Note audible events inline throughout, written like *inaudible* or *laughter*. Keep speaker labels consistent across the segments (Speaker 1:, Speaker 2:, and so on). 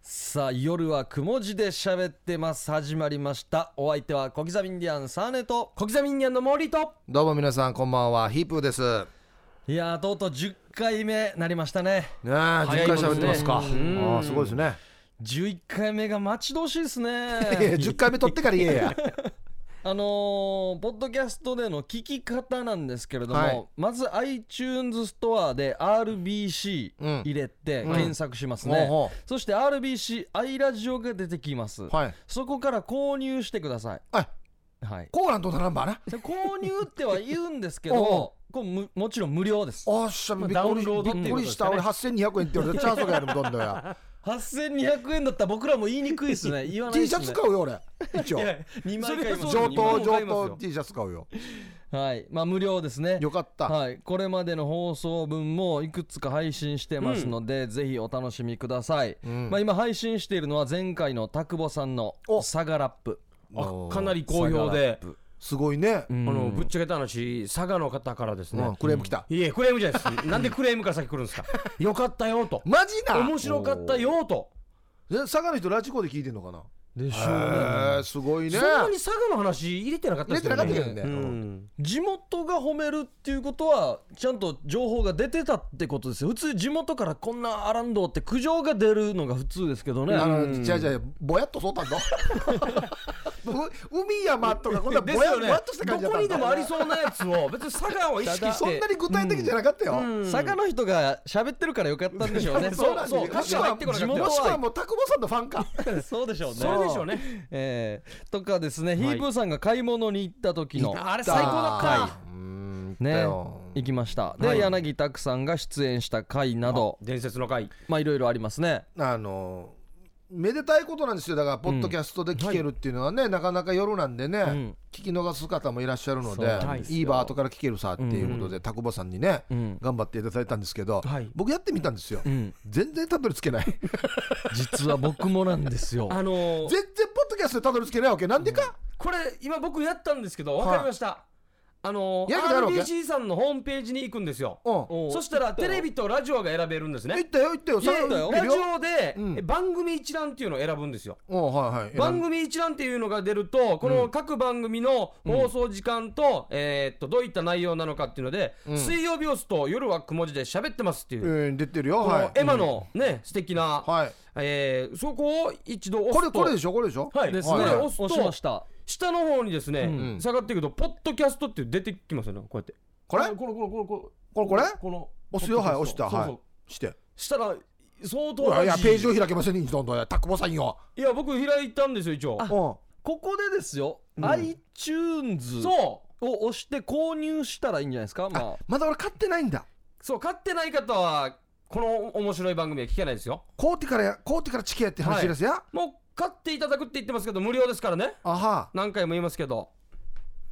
Speaker 1: さあ夜はくも字で喋ってます始まりましたお相手は小刻みインディアンサーネと
Speaker 2: 小刻みインディアンの森と
Speaker 3: どうも皆さんこんばんはヒープーですね
Speaker 1: いやーとうとう10回目なりましたね
Speaker 3: え10回
Speaker 2: いもんですね
Speaker 3: 喋ってますかあ
Speaker 1: うん
Speaker 3: ーすごいですね
Speaker 1: 11回目が待ち遠しいです
Speaker 3: いや
Speaker 1: ね
Speaker 3: 10回目取ってから言えや
Speaker 1: あのー、ポッドキャストでの聞き方なんですけれども、
Speaker 3: はい
Speaker 1: まず iTunes ストアで RBC
Speaker 3: うん
Speaker 1: 入れて
Speaker 3: うん
Speaker 1: 検索しますね、
Speaker 3: ほうほ
Speaker 1: そして RBC アイラジオが出てきます、
Speaker 3: うはい
Speaker 1: そこから購入してください
Speaker 3: あ
Speaker 1: はい
Speaker 3: コーランとナンバーな
Speaker 1: で購入っては言うんですけど
Speaker 3: *laughs* おうお
Speaker 1: こうむもちろん無料です
Speaker 3: おっしゃびっ
Speaker 2: ダウ
Speaker 3: く
Speaker 2: ンロードってい
Speaker 3: り
Speaker 2: うこと
Speaker 3: びっくりした
Speaker 2: で
Speaker 3: 俺
Speaker 2: す
Speaker 3: 8200円って言われてチャンスがやるもんどんどん
Speaker 2: *laughs*
Speaker 3: や
Speaker 1: 8200円だったら僕らも言いにくいですね言わない
Speaker 3: T
Speaker 1: ですね
Speaker 3: シャツ買うよ俺一
Speaker 1: 2
Speaker 3: 応
Speaker 1: 枚買います
Speaker 2: それ
Speaker 3: 上
Speaker 2: はそう今
Speaker 3: 等
Speaker 2: も買
Speaker 3: 上
Speaker 2: いますよ
Speaker 3: 等 T シャツ買うよ
Speaker 1: はいまあ無料ですね
Speaker 3: よかった
Speaker 1: はい、これまでの放送分もいくつか配信してますので、ぜひお楽しみください、
Speaker 3: うん
Speaker 1: まあ、今配信しているのは前回の田久保さんの「
Speaker 3: お
Speaker 1: サガラップ
Speaker 3: おー
Speaker 2: かなり好評で」
Speaker 3: すごいね
Speaker 2: あのぶっちゃけた話佐賀の方からです
Speaker 3: うん
Speaker 2: ね
Speaker 3: クレーム来た
Speaker 2: いえクレームじゃないですなんでクレームから先来るんで
Speaker 3: *laughs*
Speaker 2: すかよかったよと
Speaker 3: マジな
Speaker 2: 面白かったよと
Speaker 3: え佐賀の人ラジコで聞いてんのか
Speaker 1: でしょうね
Speaker 3: なへえすごいね
Speaker 2: そんなに佐賀の話入れてなかった
Speaker 3: 入
Speaker 2: で
Speaker 3: れ
Speaker 2: す
Speaker 3: て
Speaker 2: よ
Speaker 3: なかったけ
Speaker 2: ね
Speaker 3: どね
Speaker 2: う
Speaker 3: うん
Speaker 2: ん
Speaker 1: 地元が褒めるっていうことはちゃんと情報が出てたってことですよ普通地元からこんなアランドって苦情が出るのが普通ですけどね
Speaker 3: あの、
Speaker 2: う
Speaker 3: うん違う違う、ぼやっとそうたんの。う *laughs* 海山とか、こんなぼ
Speaker 2: で
Speaker 3: や,、
Speaker 2: すよね
Speaker 3: ぼやっとした感じ
Speaker 2: ど
Speaker 3: だった
Speaker 2: こに
Speaker 3: ん
Speaker 2: で
Speaker 3: だ
Speaker 2: もありそうなやつを別に佐賀を意識し
Speaker 3: そんなに具体的じゃなかったよ。
Speaker 2: うん
Speaker 1: 佐賀の人が喋ってるからよかったんでしょうね
Speaker 2: そう
Speaker 3: なんですよ
Speaker 2: そう
Speaker 3: もしく
Speaker 2: 入
Speaker 3: は、
Speaker 2: ってこなか
Speaker 1: ったよ
Speaker 3: もしくはもう、田久保さんのファンか。
Speaker 1: そうでしょうね
Speaker 2: それでしょうね
Speaker 1: えーとかですね、
Speaker 2: い
Speaker 1: ヒープーさんが買い物に行った時の
Speaker 2: あれ最高だった、
Speaker 3: はいうんだ
Speaker 1: ね
Speaker 3: よ
Speaker 1: 行きましたで、
Speaker 2: はい
Speaker 1: 柳拓さんが出演した回など
Speaker 2: 伝説の回
Speaker 1: まあいろいろありますね
Speaker 3: あの。めでたいことなんですよだからポッドキャストで聞けるっていうのはね、なかなか夜なんでね、
Speaker 1: ん
Speaker 3: 聞き逃す方もいらっしゃるの
Speaker 1: そう
Speaker 3: で
Speaker 1: なんですよ
Speaker 3: いいバートから聞けるさっていうことで、田久保さんにね、
Speaker 1: うん
Speaker 3: 頑張っていただいたんですけど、
Speaker 2: はい
Speaker 3: 僕やってみたんですよ、
Speaker 2: *laughs*
Speaker 1: うん
Speaker 3: 全然たどり着けない
Speaker 1: 実は僕もなんですよ
Speaker 2: あのー
Speaker 3: 全然ポッドキャストでたどり着けないわけなんでか、
Speaker 2: これ今僕やったんですけど分かりました、あのー
Speaker 3: やることあるわけ
Speaker 2: RBC さんのホームページに行くんですよ
Speaker 3: うん
Speaker 1: お
Speaker 2: そしたらテレビとラジオが選べるんです
Speaker 3: 行
Speaker 2: ね
Speaker 3: ったよ行ったよ
Speaker 2: で
Speaker 3: さ
Speaker 1: よ
Speaker 2: ラジオで
Speaker 3: うん
Speaker 2: え番組一覧っていうのを選ぶんですよ
Speaker 3: おうはいはい
Speaker 2: 番組一覧っていうのが出るとこの各番組の放送時間と,、えーっとどういった内容なのかっていうので、
Speaker 3: うん
Speaker 2: 水曜日を押すと夜はくも字で喋ってますっていう、
Speaker 3: うん出てるよ
Speaker 2: こ
Speaker 3: は
Speaker 2: の
Speaker 3: い
Speaker 2: エマのね、素敵な、
Speaker 3: はい
Speaker 2: えーそこを一度押
Speaker 3: こ
Speaker 2: す
Speaker 3: れ
Speaker 2: と
Speaker 3: これでしょこれでしょ
Speaker 2: はい
Speaker 1: ですね、
Speaker 3: はいはい
Speaker 2: 押すと
Speaker 1: 押しました
Speaker 2: 下の方にですね、
Speaker 1: うん
Speaker 2: 下がっていくとポッドキャストっていう出てきますよねこうやって
Speaker 3: これ
Speaker 2: あこれこれこれこ
Speaker 3: これこれ
Speaker 2: れこの
Speaker 3: 押すよはい押した
Speaker 2: そうそう
Speaker 3: はいして
Speaker 2: したら相
Speaker 3: ほ
Speaker 2: 当
Speaker 3: らいや
Speaker 2: ラジ
Speaker 3: ページを開けませんねどんどんタクボさんよ
Speaker 2: いや僕開いたんですよ一応
Speaker 3: お
Speaker 1: ここでですよ、
Speaker 3: うん
Speaker 1: iTunes
Speaker 2: そう
Speaker 1: を押して購入したらいいんじゃないですかまあ
Speaker 3: まだ俺買ってないんだ
Speaker 2: そう買ってない方はこの面白い番組は聞けないですよ
Speaker 3: こうてからやこうてからチケやって話ですや
Speaker 2: もう買っていただくって言ってますけど無料ですからね
Speaker 3: あは
Speaker 2: 何回も言いますけど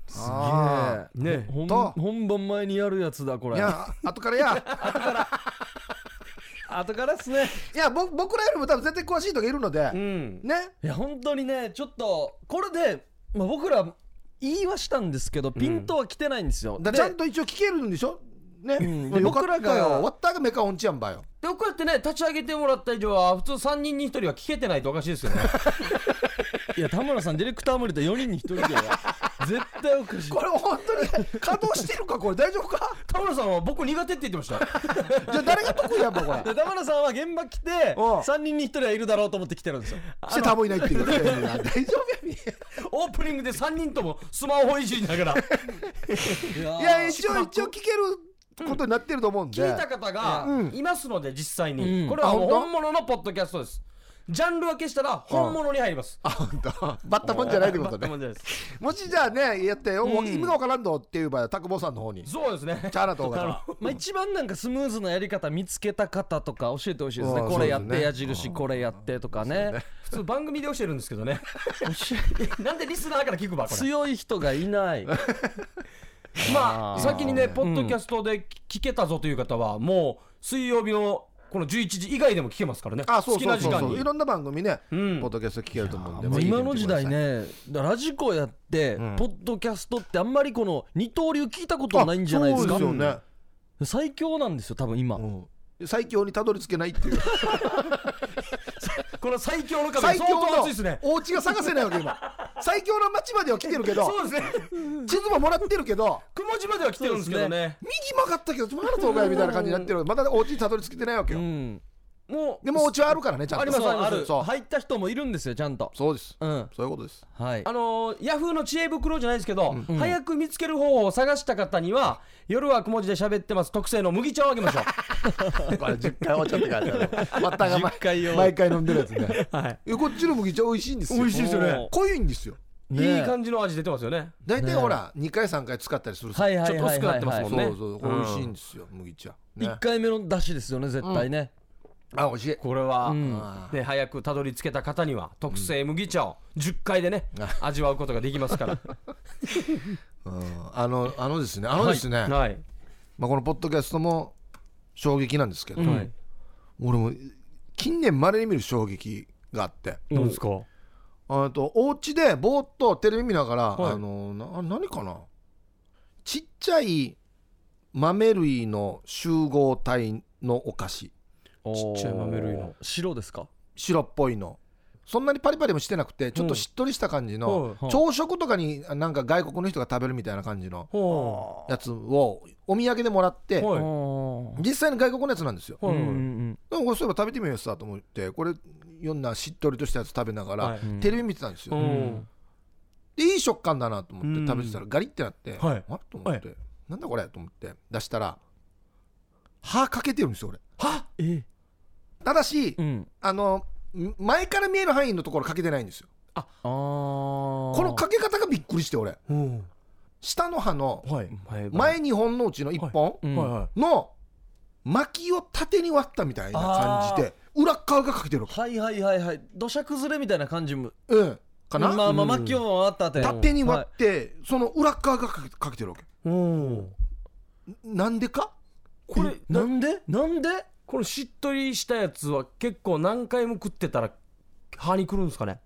Speaker 1: す
Speaker 3: あ
Speaker 1: げえ
Speaker 2: ね
Speaker 1: ほん
Speaker 3: と
Speaker 1: 本番前にやるやつだこ
Speaker 3: い
Speaker 1: れ
Speaker 3: や後から
Speaker 2: *laughs*
Speaker 3: や
Speaker 1: 後からですね
Speaker 3: いやぼ僕らよりも多分絶対詳しい人がいるので
Speaker 2: うん
Speaker 3: ね
Speaker 1: いや本当にねちょっとこれで、まあ、僕ら言いはしたんですけどピントは来てないんですよ、
Speaker 3: だ
Speaker 1: で
Speaker 3: ちゃんと一応聞けるんでしょね
Speaker 1: うんで
Speaker 3: よかった
Speaker 1: 僕らが
Speaker 3: よ終わったがメカオンチやんばよ
Speaker 2: でこうやってね立ち上げてもらった以上は普通3人に1人は聞けてないとおかしいですよね
Speaker 1: いや田村さんディレクター無理で4人に1人で
Speaker 3: *laughs*
Speaker 1: 絶対おか *laughs* しい
Speaker 3: これ本当に稼働してるかこれ大丈夫か
Speaker 2: 田村さんは僕苦手って言ってました
Speaker 3: *laughs* じゃあ誰が得意やんばこ
Speaker 1: で
Speaker 3: れ
Speaker 1: 田村さんは現場来て
Speaker 3: おう
Speaker 1: 3人に1人はいるだろうと思って来てるんですよ
Speaker 3: して多分いないっていう。大丈夫やみ。
Speaker 2: オープニングで3人ともスマホいじりながら
Speaker 1: いや
Speaker 3: いや、一応、一応聞けることになってると思うんで。
Speaker 2: 聞いた方が
Speaker 3: うん
Speaker 2: いますので実際
Speaker 1: うん
Speaker 2: にこれはも
Speaker 3: あ
Speaker 2: う
Speaker 3: 本当
Speaker 2: 本物のポッドキャストですジャンル分けしたら本物に入ります
Speaker 3: あ、本当。バッタもんじゃないってこと
Speaker 2: バッタモ
Speaker 3: ね。
Speaker 2: ンじゃないです
Speaker 3: もしじゃあね、やって、よ
Speaker 1: うん
Speaker 3: 意味がわからんどっていう場合は、タクボさんの方に。チ
Speaker 2: そうですね
Speaker 3: ャラとかから。
Speaker 1: *laughs* まあ、一番なんかスムーズなやり方見つけた方とか教えてほしいですね
Speaker 3: うん
Speaker 1: これやっ
Speaker 3: そうで
Speaker 1: て
Speaker 3: すね
Speaker 1: 矢印これやってとかね
Speaker 2: 普通番組で教えるんですけ
Speaker 3: *laughs*
Speaker 2: どねなんでリスナーから聞くばこれ
Speaker 1: 強い人がい
Speaker 3: *laughs*
Speaker 1: ない
Speaker 2: ま
Speaker 1: あ
Speaker 2: あ
Speaker 1: ー
Speaker 2: 先にねポッドキャストで聞けたぞという方はもう水曜日のこの11時以外でも聞けますからね
Speaker 3: あ、そうそう
Speaker 2: 好き
Speaker 3: そう
Speaker 2: な時
Speaker 3: そ
Speaker 2: 間
Speaker 3: う。
Speaker 2: に
Speaker 3: いろんな番組ね、
Speaker 2: うん
Speaker 3: ポッドキャスト聞けると思うんで。
Speaker 1: も
Speaker 3: ま
Speaker 1: う
Speaker 3: あ聞いてみ
Speaker 1: 今
Speaker 3: て
Speaker 1: の時
Speaker 3: ください
Speaker 1: 代。ねだからラジコやって、
Speaker 3: うん
Speaker 1: ポッドキャストってあんまりこの二刀流聞いたこ
Speaker 3: あ
Speaker 1: とないんじゃないですか
Speaker 3: そうですよね
Speaker 1: 最強なんですよ多分今、
Speaker 3: うん。最強にたどり着けないっていう。
Speaker 2: この最強の壁
Speaker 3: 最
Speaker 2: 相
Speaker 3: 強
Speaker 2: 当
Speaker 3: の
Speaker 2: 熱いですね
Speaker 3: お家が探せないわけ今最強の町までは来てるけど
Speaker 2: そうですね
Speaker 3: 地図ももらってるけど
Speaker 2: 雲島では来てるんですけどね
Speaker 3: 右曲がったけどまだ東海みたいな感じになってるまだお家にたどり着けてないわけ
Speaker 1: う
Speaker 3: よ、
Speaker 1: ん
Speaker 2: もう
Speaker 3: でもお家はあるからねちゃんと
Speaker 2: ありま
Speaker 1: そ
Speaker 2: す
Speaker 1: うある
Speaker 3: そう
Speaker 1: 入った人もいるんですよちゃんと
Speaker 3: そうです
Speaker 1: うん
Speaker 3: そういうことです
Speaker 1: はい
Speaker 2: あのーヤフーの知恵袋じゃないですけど、
Speaker 1: うん
Speaker 2: 早く見つける方法を探した方には夜は雲字で喋ってます特製の麦茶をあげましょう
Speaker 1: *laughs*
Speaker 3: これ10回終わっちゃって *laughs* からまたが毎
Speaker 1: 10回を
Speaker 3: 毎回飲んでるやつね
Speaker 2: はい
Speaker 3: えこっちの麦茶美味しいんですよ
Speaker 2: 美味しいですよね
Speaker 3: 濃いんですよ
Speaker 2: いい感じの味出てますよね
Speaker 3: 大体ほら2回3回使ったりするさ
Speaker 1: はいはい
Speaker 2: ちょっと
Speaker 1: は
Speaker 2: 薄
Speaker 1: い
Speaker 2: くな
Speaker 1: は
Speaker 2: っ
Speaker 1: い
Speaker 2: てます
Speaker 1: は
Speaker 2: も
Speaker 1: い
Speaker 2: んね
Speaker 3: そうそうこれ美味しいんですよ麦茶ね
Speaker 1: 1回目の出汁ですよね絶対ね
Speaker 3: あ美味しい
Speaker 2: これは、
Speaker 1: うん
Speaker 3: あー
Speaker 2: ね、早くたどり着けた方には特製麦茶を10回
Speaker 1: *laughs*
Speaker 2: でね、味わうことができますから
Speaker 3: うんあのあのですねあのですね、
Speaker 2: はい、
Speaker 3: まあ、このポッドキャストも衝撃なんですけど、
Speaker 1: うん
Speaker 2: はい、
Speaker 3: 俺も近年まれに見る衝撃があって
Speaker 2: どうですか
Speaker 3: あとお家でぼーっとテレビ見ながら、
Speaker 2: はい
Speaker 3: あのな何かなちっちゃい豆類の集合体のお菓子
Speaker 2: ちっちゃい豆類の
Speaker 1: おー白ですか
Speaker 3: 白っぽいのそんなにパリパリもしてなくてちょっとしっとりした感じの、
Speaker 2: はい
Speaker 1: うん
Speaker 3: 朝食とかにあなんか外国の人が食べるみたいな感じの
Speaker 2: は
Speaker 3: やつをお土産でもらって、
Speaker 2: はい
Speaker 1: おー
Speaker 3: 実際の外国のやつなんですよ
Speaker 2: いはい
Speaker 1: うんうん
Speaker 3: でもこれそういえば食べてみようさと思ってこれいろんなしっとりとしたやつ食べながら、
Speaker 2: はい
Speaker 1: うん
Speaker 3: テレビ見てたんですよ、
Speaker 2: う
Speaker 1: うんん
Speaker 3: でいい食感だなと思って食べてたら
Speaker 2: う
Speaker 3: ガリってなって、
Speaker 2: はい
Speaker 3: あれと思って、なんだこれと思って出したら歯かけてるんですよ俺
Speaker 2: は
Speaker 1: え
Speaker 3: ただし、
Speaker 1: うん
Speaker 3: あのん前から見える範囲のところかけてないんですよ
Speaker 1: あ
Speaker 3: こ
Speaker 1: こ
Speaker 3: のかけ方がびっくりして俺
Speaker 2: うん
Speaker 3: 下の歯の
Speaker 2: はい前
Speaker 3: 前2本のうちの1本
Speaker 1: うん
Speaker 2: はいはい
Speaker 3: の薪を縦に割ったみたいな感じで裏っ側がかけてるわけ
Speaker 1: はいはいはいはい土砂崩れみたいな感じも
Speaker 3: うんかな、
Speaker 1: まあまあ
Speaker 2: うん
Speaker 1: 巻きを回ったって
Speaker 3: 縦に割って、その裏っ側がかけかけてるわけ
Speaker 2: うん
Speaker 3: なんでか
Speaker 2: これ
Speaker 1: えなんでなんで
Speaker 2: このしっとりしたやつは結構何回も食ってたら歯にくるんですかね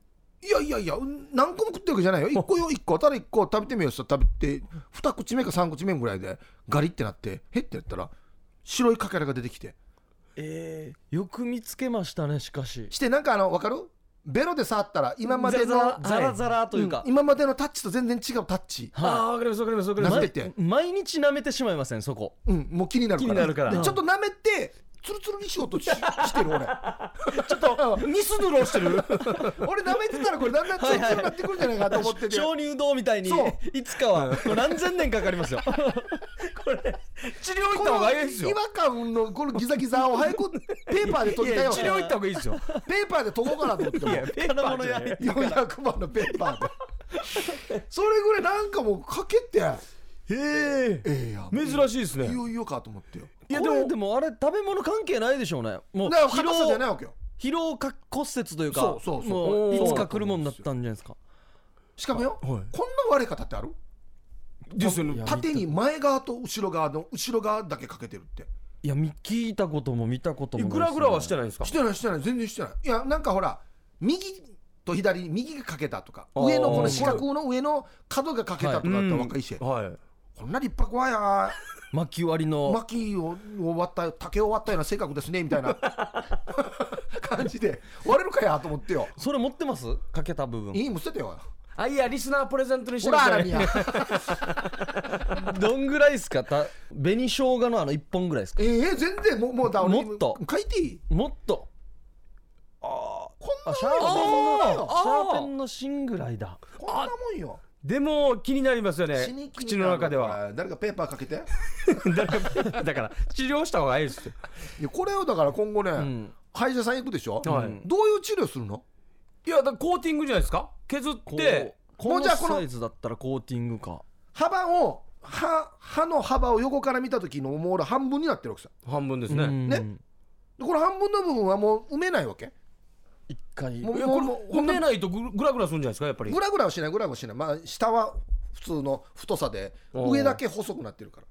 Speaker 3: いやいやいやうん何個も食ってるわけじゃないよ1個よ1個ただ1個食べてみようさ食べて2口目か3口目ぐらいでガリってなってへってやったら白いかけらが出てきて
Speaker 1: えーよく見つけましたねしかし
Speaker 3: してなんかあの分かるベロで触ったら今までの
Speaker 1: ザラザラ
Speaker 2: は
Speaker 1: ザ
Speaker 2: い
Speaker 1: ラザラというか
Speaker 3: うん今までのタッチと全然違うタッチ、
Speaker 1: は
Speaker 2: あーわかりますわかりますわか
Speaker 1: い
Speaker 2: ります
Speaker 3: 舐めて
Speaker 1: 毎日舐めてしまいませんそこ
Speaker 3: うん、もう気になるから
Speaker 2: 気になるから
Speaker 3: でちょっと舐めてツルツルにしよう
Speaker 2: *laughs*
Speaker 3: とししてる俺
Speaker 2: ちょっとミスドローしてる
Speaker 3: *laughs* 俺舐めてたらこれだんだんツルツルになってくるんじゃないかと思ってて
Speaker 1: 鍾乳洞みたいに
Speaker 3: そう
Speaker 1: *laughs* いつかはもう何千年かかりますよ
Speaker 2: 治療行っ
Speaker 3: こ
Speaker 2: た方
Speaker 3: の
Speaker 2: がいいです
Speaker 3: 違
Speaker 2: よ
Speaker 3: 和感のこのギザギザを早くペーパーで取り
Speaker 2: い
Speaker 3: たい
Speaker 2: や
Speaker 3: わ
Speaker 2: 治
Speaker 3: け
Speaker 2: 療行った方がいいですよ
Speaker 3: ペーパーで取ろうかなと思っても
Speaker 1: 金物やり
Speaker 3: 400番のペーパーでそれぐらいなんかもうかけて
Speaker 2: へ
Speaker 3: え
Speaker 2: え
Speaker 3: えやん
Speaker 2: 珍しいですね
Speaker 3: いよいよかと思ってよ
Speaker 1: いや
Speaker 2: こ
Speaker 1: で
Speaker 2: れ
Speaker 1: もでもあれ食べ物関係ないでしょうねもう
Speaker 3: だか
Speaker 1: 疲
Speaker 3: ら硬さじゃない
Speaker 1: 労
Speaker 3: わけよ
Speaker 1: 疲労か骨折というか
Speaker 3: そうそうそう
Speaker 1: もう
Speaker 2: おー
Speaker 1: いつか来るもんだったんじゃないですか
Speaker 3: しかもよ、
Speaker 2: はいはい
Speaker 3: こんな割れ方ってある
Speaker 2: ですよね
Speaker 3: 縦に前側と後ろ側の後ろ側だけかけてるって
Speaker 1: いやみ聞いたことも見たこともない
Speaker 2: グラグラはして
Speaker 1: い
Speaker 2: ないんですか
Speaker 3: してないしてない全然してないいやなんかほら右と左右がかけたとか
Speaker 2: あー
Speaker 3: 上のこの四角の上の角がかけたとかだって若いし、
Speaker 2: はい
Speaker 3: こんな立派怖いや
Speaker 1: 巻き割りの
Speaker 3: 薪を終わった竹を割ったような性格ですねみたい
Speaker 2: *laughs*
Speaker 3: な感じで割れるかやと思ってよ
Speaker 1: それ持ってますかけた部分
Speaker 3: いいもう捨ててよ
Speaker 2: あいやリスナープレゼントにし
Speaker 3: ほ
Speaker 2: てるんで
Speaker 3: ら
Speaker 2: す
Speaker 3: ア
Speaker 2: よ
Speaker 3: ラ
Speaker 2: ね
Speaker 3: ミア
Speaker 1: どんぐらいですかた紅生姜のあの1本ぐらいですか
Speaker 3: ええ全然もうもうだ俺
Speaker 1: もっと
Speaker 3: 書いていい
Speaker 1: もっと
Speaker 3: こん
Speaker 1: あシャ
Speaker 3: な
Speaker 1: ー
Speaker 3: もん
Speaker 1: ペン
Speaker 3: よ
Speaker 1: のシ
Speaker 2: あー
Speaker 1: ャーペンの芯ぐらいだ
Speaker 3: こんなもんよ
Speaker 2: でも気になりますよ
Speaker 3: 死に
Speaker 2: ね
Speaker 3: 気に
Speaker 2: 口
Speaker 3: な
Speaker 2: の
Speaker 3: る
Speaker 2: 中では
Speaker 3: 誰かペーパーかけて
Speaker 2: だからだから治療した方がいいですよ
Speaker 3: いやこれをだから今後ね、
Speaker 1: ん
Speaker 3: 歯医者さん行くでしょ、
Speaker 2: はい
Speaker 3: どういう治療するの
Speaker 2: いやだからコーティングじゃないですか削っ
Speaker 1: こう
Speaker 2: て
Speaker 1: こ
Speaker 3: もう
Speaker 1: の
Speaker 3: じゃあこの
Speaker 1: サイズだったらコーティングか
Speaker 3: 幅を歯歯の幅を横から見た時のもう俺半分になってるわけさ
Speaker 2: 半分です
Speaker 1: う
Speaker 2: ね
Speaker 1: ん
Speaker 3: ねでこの半分の部分はもう埋めないわけ
Speaker 1: 一回
Speaker 3: もう
Speaker 2: いやこれ
Speaker 3: もう
Speaker 2: 埋めないとググラグラするんじゃないですかやっぱり
Speaker 3: グラグラはしないグラグラはしないまあ下は普通の太さで
Speaker 2: おー
Speaker 3: 上だけ細くなってるから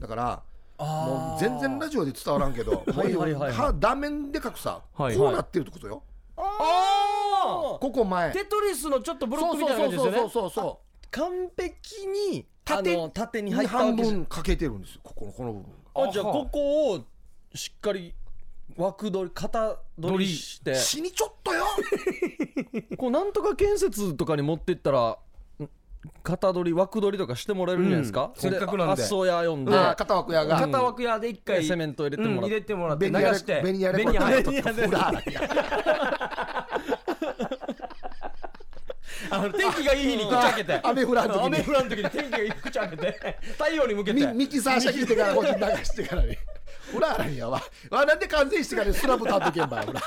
Speaker 3: だからもう全然ラジオで伝わらんけ
Speaker 2: *laughs*
Speaker 3: ど
Speaker 1: はいはいはいはい
Speaker 3: 歯断面でかくさ、
Speaker 2: はい
Speaker 3: こうなってるってことよ
Speaker 2: あ
Speaker 3: ここ前
Speaker 2: あテトリスのちょっとブロッ
Speaker 3: そ
Speaker 2: ク
Speaker 3: う
Speaker 2: み
Speaker 3: そう
Speaker 2: たいな感じです
Speaker 3: そうそ
Speaker 2: よ
Speaker 3: うそ
Speaker 2: ね
Speaker 3: うそ
Speaker 1: 完璧に
Speaker 3: 縦
Speaker 1: あの縦
Speaker 3: う
Speaker 1: に入
Speaker 3: に
Speaker 1: ったわ
Speaker 3: 半
Speaker 1: けじゃ
Speaker 3: 分かけてるんですよここのこの部分
Speaker 1: あじゃあここをしっかり枠取り型取りして
Speaker 3: 死にちょっとよ
Speaker 1: こうなんとか建設とかに持ってったらん型取り枠取りとかしてもらえるんじゃないですか、
Speaker 2: うんせっかくなんで
Speaker 1: あっそうや読んで、
Speaker 3: ああ片枠やが
Speaker 2: 片枠屋で一
Speaker 1: う
Speaker 2: 回
Speaker 1: んセメント入れてもらって
Speaker 2: うん入れてもらって
Speaker 3: ベ
Speaker 2: 流
Speaker 3: ニヤレ
Speaker 2: して
Speaker 3: ベニヤレ
Speaker 2: ベ
Speaker 3: コ
Speaker 2: ニヤ
Speaker 3: ー
Speaker 2: レ
Speaker 3: ド
Speaker 2: コ
Speaker 3: と
Speaker 2: ード
Speaker 3: 裏腹や
Speaker 2: あの天気がいい日に口開けて
Speaker 3: 雨降らん時に
Speaker 2: 雨降らん時に天気がいい口開けて太陽に向けて
Speaker 3: ミミキサー車切ってからこっち流してからね裏腹やわわなんで完成してからスラブ立っとけんばよほら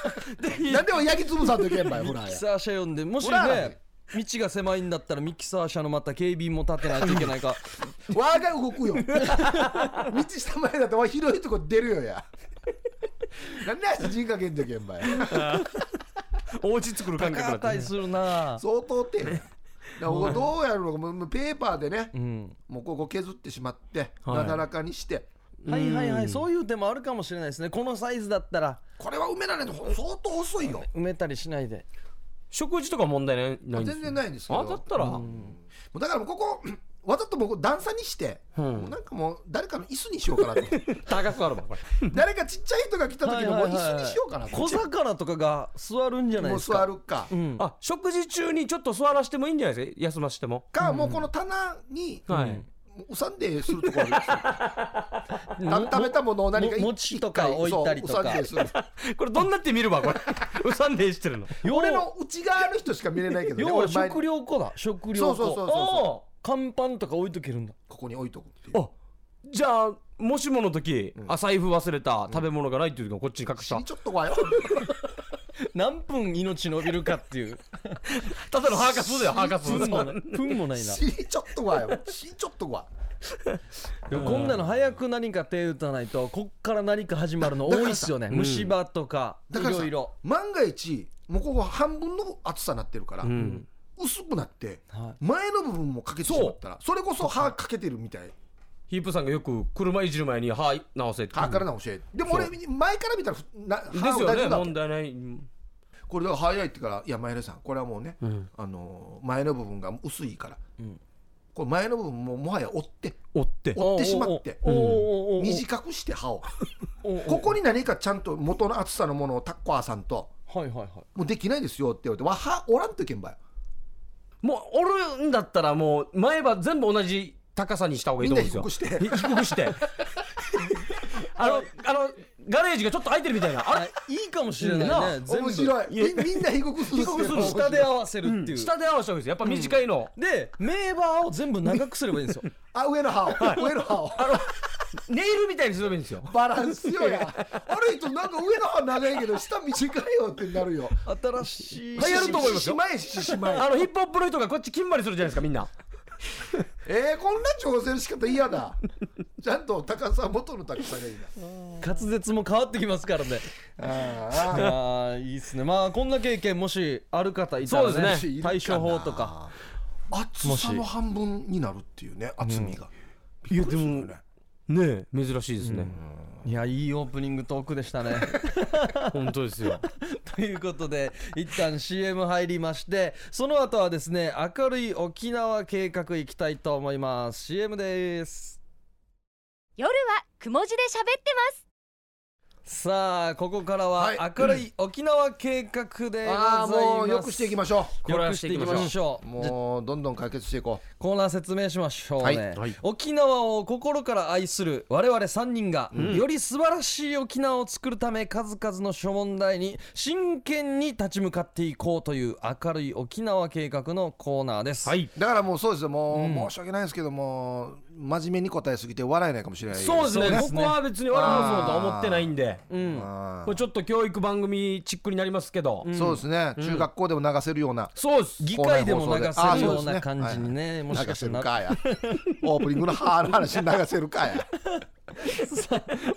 Speaker 3: なんでも焼きつぶさんとけんばよほら
Speaker 1: ミ
Speaker 3: や
Speaker 1: キサー車読んでもし
Speaker 3: ほら
Speaker 1: ね道が狭いんだったらミキサー車のまた警備員も立てないといけない
Speaker 3: *laughs*
Speaker 1: か
Speaker 3: わが動くよ道下前だとわ広いとこ出るよやなんであいつ人かけんとけんばよ
Speaker 2: お家作る感覚だった
Speaker 1: 値するな
Speaker 3: 相当ってだからここどうやるのかもうもうペーパーでね
Speaker 1: うん
Speaker 3: もうここ削ってしまって
Speaker 2: はい
Speaker 3: なだらかにして
Speaker 1: はいはいはいそういう手もあるかもしれないですねこのサイズだったら
Speaker 3: これは埋められないと相当細いよ
Speaker 1: 埋めたりしないで
Speaker 2: 食事とか問題ないないんです
Speaker 3: 全然ないんですけど
Speaker 2: あだったら
Speaker 3: もうだからもうここ *clears throat* わざともう段差にして、もうなんかもう誰かの椅子にしようか
Speaker 1: *laughs*
Speaker 3: なと
Speaker 2: 高くあるもんこれ
Speaker 3: 誰かちっちゃい人が来た時のもう
Speaker 1: はいはいはい
Speaker 3: 椅子にしようかなと
Speaker 1: 小魚とかが座るんじゃない
Speaker 3: もう
Speaker 1: ですか
Speaker 3: 座るか、
Speaker 1: うん
Speaker 2: あ食事中にちょっと座らしてもいいんじゃないですか休ませても
Speaker 3: かもうこの棚に、
Speaker 2: はい
Speaker 3: もうおサンデーするとこあるん
Speaker 1: *laughs*
Speaker 3: ですよた食べたものを何か
Speaker 1: も餅とか置いたりとか
Speaker 3: そうおサンデーする
Speaker 2: これどんなって見るわこれ *laughs* うさんでしてるの
Speaker 1: よう
Speaker 3: 俺の内側の人しか見れないけど、ね、
Speaker 1: 要は
Speaker 3: 俺前に
Speaker 1: 食料庫だ食料
Speaker 3: そ
Speaker 1: 庫
Speaker 3: うそうそうそうそう
Speaker 2: お
Speaker 1: 乾パンとか置いとけるんだ
Speaker 3: ここに置いとくっていう
Speaker 2: ーあじゃあもしもの時、あ財布忘れた食べ物がないっていう時はこっちに隠し
Speaker 3: ち
Speaker 2: た
Speaker 3: ょっと
Speaker 1: *laughs*
Speaker 3: 怖いよ
Speaker 1: 何分命伸びるかっていう
Speaker 2: ただのハーカスだよハーカス
Speaker 1: 分もない分もないな
Speaker 3: 死にちょっと怖いよ死にちょっと怖い
Speaker 1: でもこんなの早く何か手打たないとこっから何か始まるの多いっすよね虫歯とかい
Speaker 3: だからさ
Speaker 1: ろいろ
Speaker 3: 万が一もうここ半分の厚さになってるから、
Speaker 2: うん
Speaker 3: 薄くなって、
Speaker 1: は
Speaker 3: 前の部分も欠けてしまったらそれこそ歯かけてるみたい
Speaker 2: ヒープさんがよく車いじる前に歯直せって
Speaker 3: 歯から直して、でも俺前から見たらふな
Speaker 2: で
Speaker 3: 歯
Speaker 2: す
Speaker 3: を
Speaker 2: よ
Speaker 3: 大
Speaker 2: ね
Speaker 3: 事だわ
Speaker 2: 問題ない
Speaker 3: これだから早いってからいや前田さんこれはもうね、あのー前の部分が薄いから、これ前の部分ももはや折って
Speaker 2: 追って
Speaker 3: 折ってしまって
Speaker 1: おーおーおーおー
Speaker 3: 短くして歯を
Speaker 1: おーおー
Speaker 3: ここに何かちゃんと元の厚さのものをタッコアさんと
Speaker 1: はいはいはい
Speaker 3: もうできないですよって言われてわ歯折らんといけんばよ
Speaker 2: もう折るんだったらもう前歯全部同じ高さにした方がいい
Speaker 3: みん
Speaker 2: と
Speaker 3: な
Speaker 2: 思うんです
Speaker 3: 低くして
Speaker 2: よひ低くして *laughs* あのあのガレージがちょっと開いてるみたいなあれ
Speaker 1: あいいかもしれない
Speaker 2: なあ
Speaker 1: ね全部
Speaker 3: 面白いみみんな低くする
Speaker 2: 低く
Speaker 3: 面
Speaker 2: する
Speaker 3: 白い
Speaker 1: 下で合わせるっていう、
Speaker 2: 下で合わせた方がいいですよやっぱ短いの、
Speaker 1: で名バーを全部長くすればいいんですよ
Speaker 3: あ上の歯を、上の歯を
Speaker 2: ネイルみたいにすればいいんですよ
Speaker 3: バランスよやある人なんか上の歯長いけど下短いよってなるよ
Speaker 1: 新しい
Speaker 2: 流行ると思います
Speaker 3: し
Speaker 2: よ
Speaker 3: まえししまえ
Speaker 2: あのヒップホップの人がこっち金張りするじゃないですかみんな
Speaker 3: えー、こんな調整の仕方嫌だちゃんと高さ元の高さがいいな
Speaker 1: 滑舌も変わってきますからね
Speaker 3: あ
Speaker 1: あ
Speaker 3: ー
Speaker 1: あいいっすねまあこんな経験もしある方いた
Speaker 2: そう
Speaker 1: ら
Speaker 2: で
Speaker 1: ね
Speaker 2: す
Speaker 3: ね
Speaker 1: 対処法とか
Speaker 3: 厚さの半分になるっていうね厚みが、
Speaker 2: いやで
Speaker 3: そう
Speaker 2: も
Speaker 3: だね
Speaker 2: ねえ珍しいですね、
Speaker 1: いやいいオープニングトークでしたね
Speaker 2: 本当ですよ
Speaker 1: ということで一旦 CM 入りましてその後はですね明るい沖縄計画いきたいと思います CM です
Speaker 4: 夜はくも字で喋ってます
Speaker 1: さあここからは
Speaker 3: はい
Speaker 1: 明るい沖縄計画でございます、
Speaker 3: ああもうよくしていきましょ
Speaker 1: よくしていきましょ
Speaker 3: う
Speaker 1: う
Speaker 3: もうどんどん解決していこう
Speaker 1: コーナー説明しましょうね、
Speaker 3: はい
Speaker 2: はい
Speaker 1: 沖縄を心から愛する我々3人が、より素晴らしい沖縄を作るため数々の諸問題に真剣に立ち向かっていこうという明るい沖縄計画のコーナーです、
Speaker 2: はい
Speaker 3: だからもうそうですよもう、申し訳ないですけども真面目に答えすぎて笑えないかもしれない
Speaker 2: そうですね
Speaker 1: そうです
Speaker 2: こ
Speaker 1: ね
Speaker 2: こは別に笑わそうとは思ってないんで
Speaker 1: うん、
Speaker 3: あ
Speaker 2: これちょっと教育番組チックになりますけど、
Speaker 3: ーそうですね、中学校でも流せるような
Speaker 2: そうです
Speaker 1: 議会でも流
Speaker 3: あ
Speaker 1: せ
Speaker 3: ー
Speaker 1: る
Speaker 3: そう
Speaker 1: よ
Speaker 3: で
Speaker 1: う
Speaker 3: すね
Speaker 1: な感じにねもし
Speaker 3: 流
Speaker 1: か
Speaker 3: せ
Speaker 1: し
Speaker 3: る
Speaker 1: たら
Speaker 3: かやオープニングの歯の話流せるかや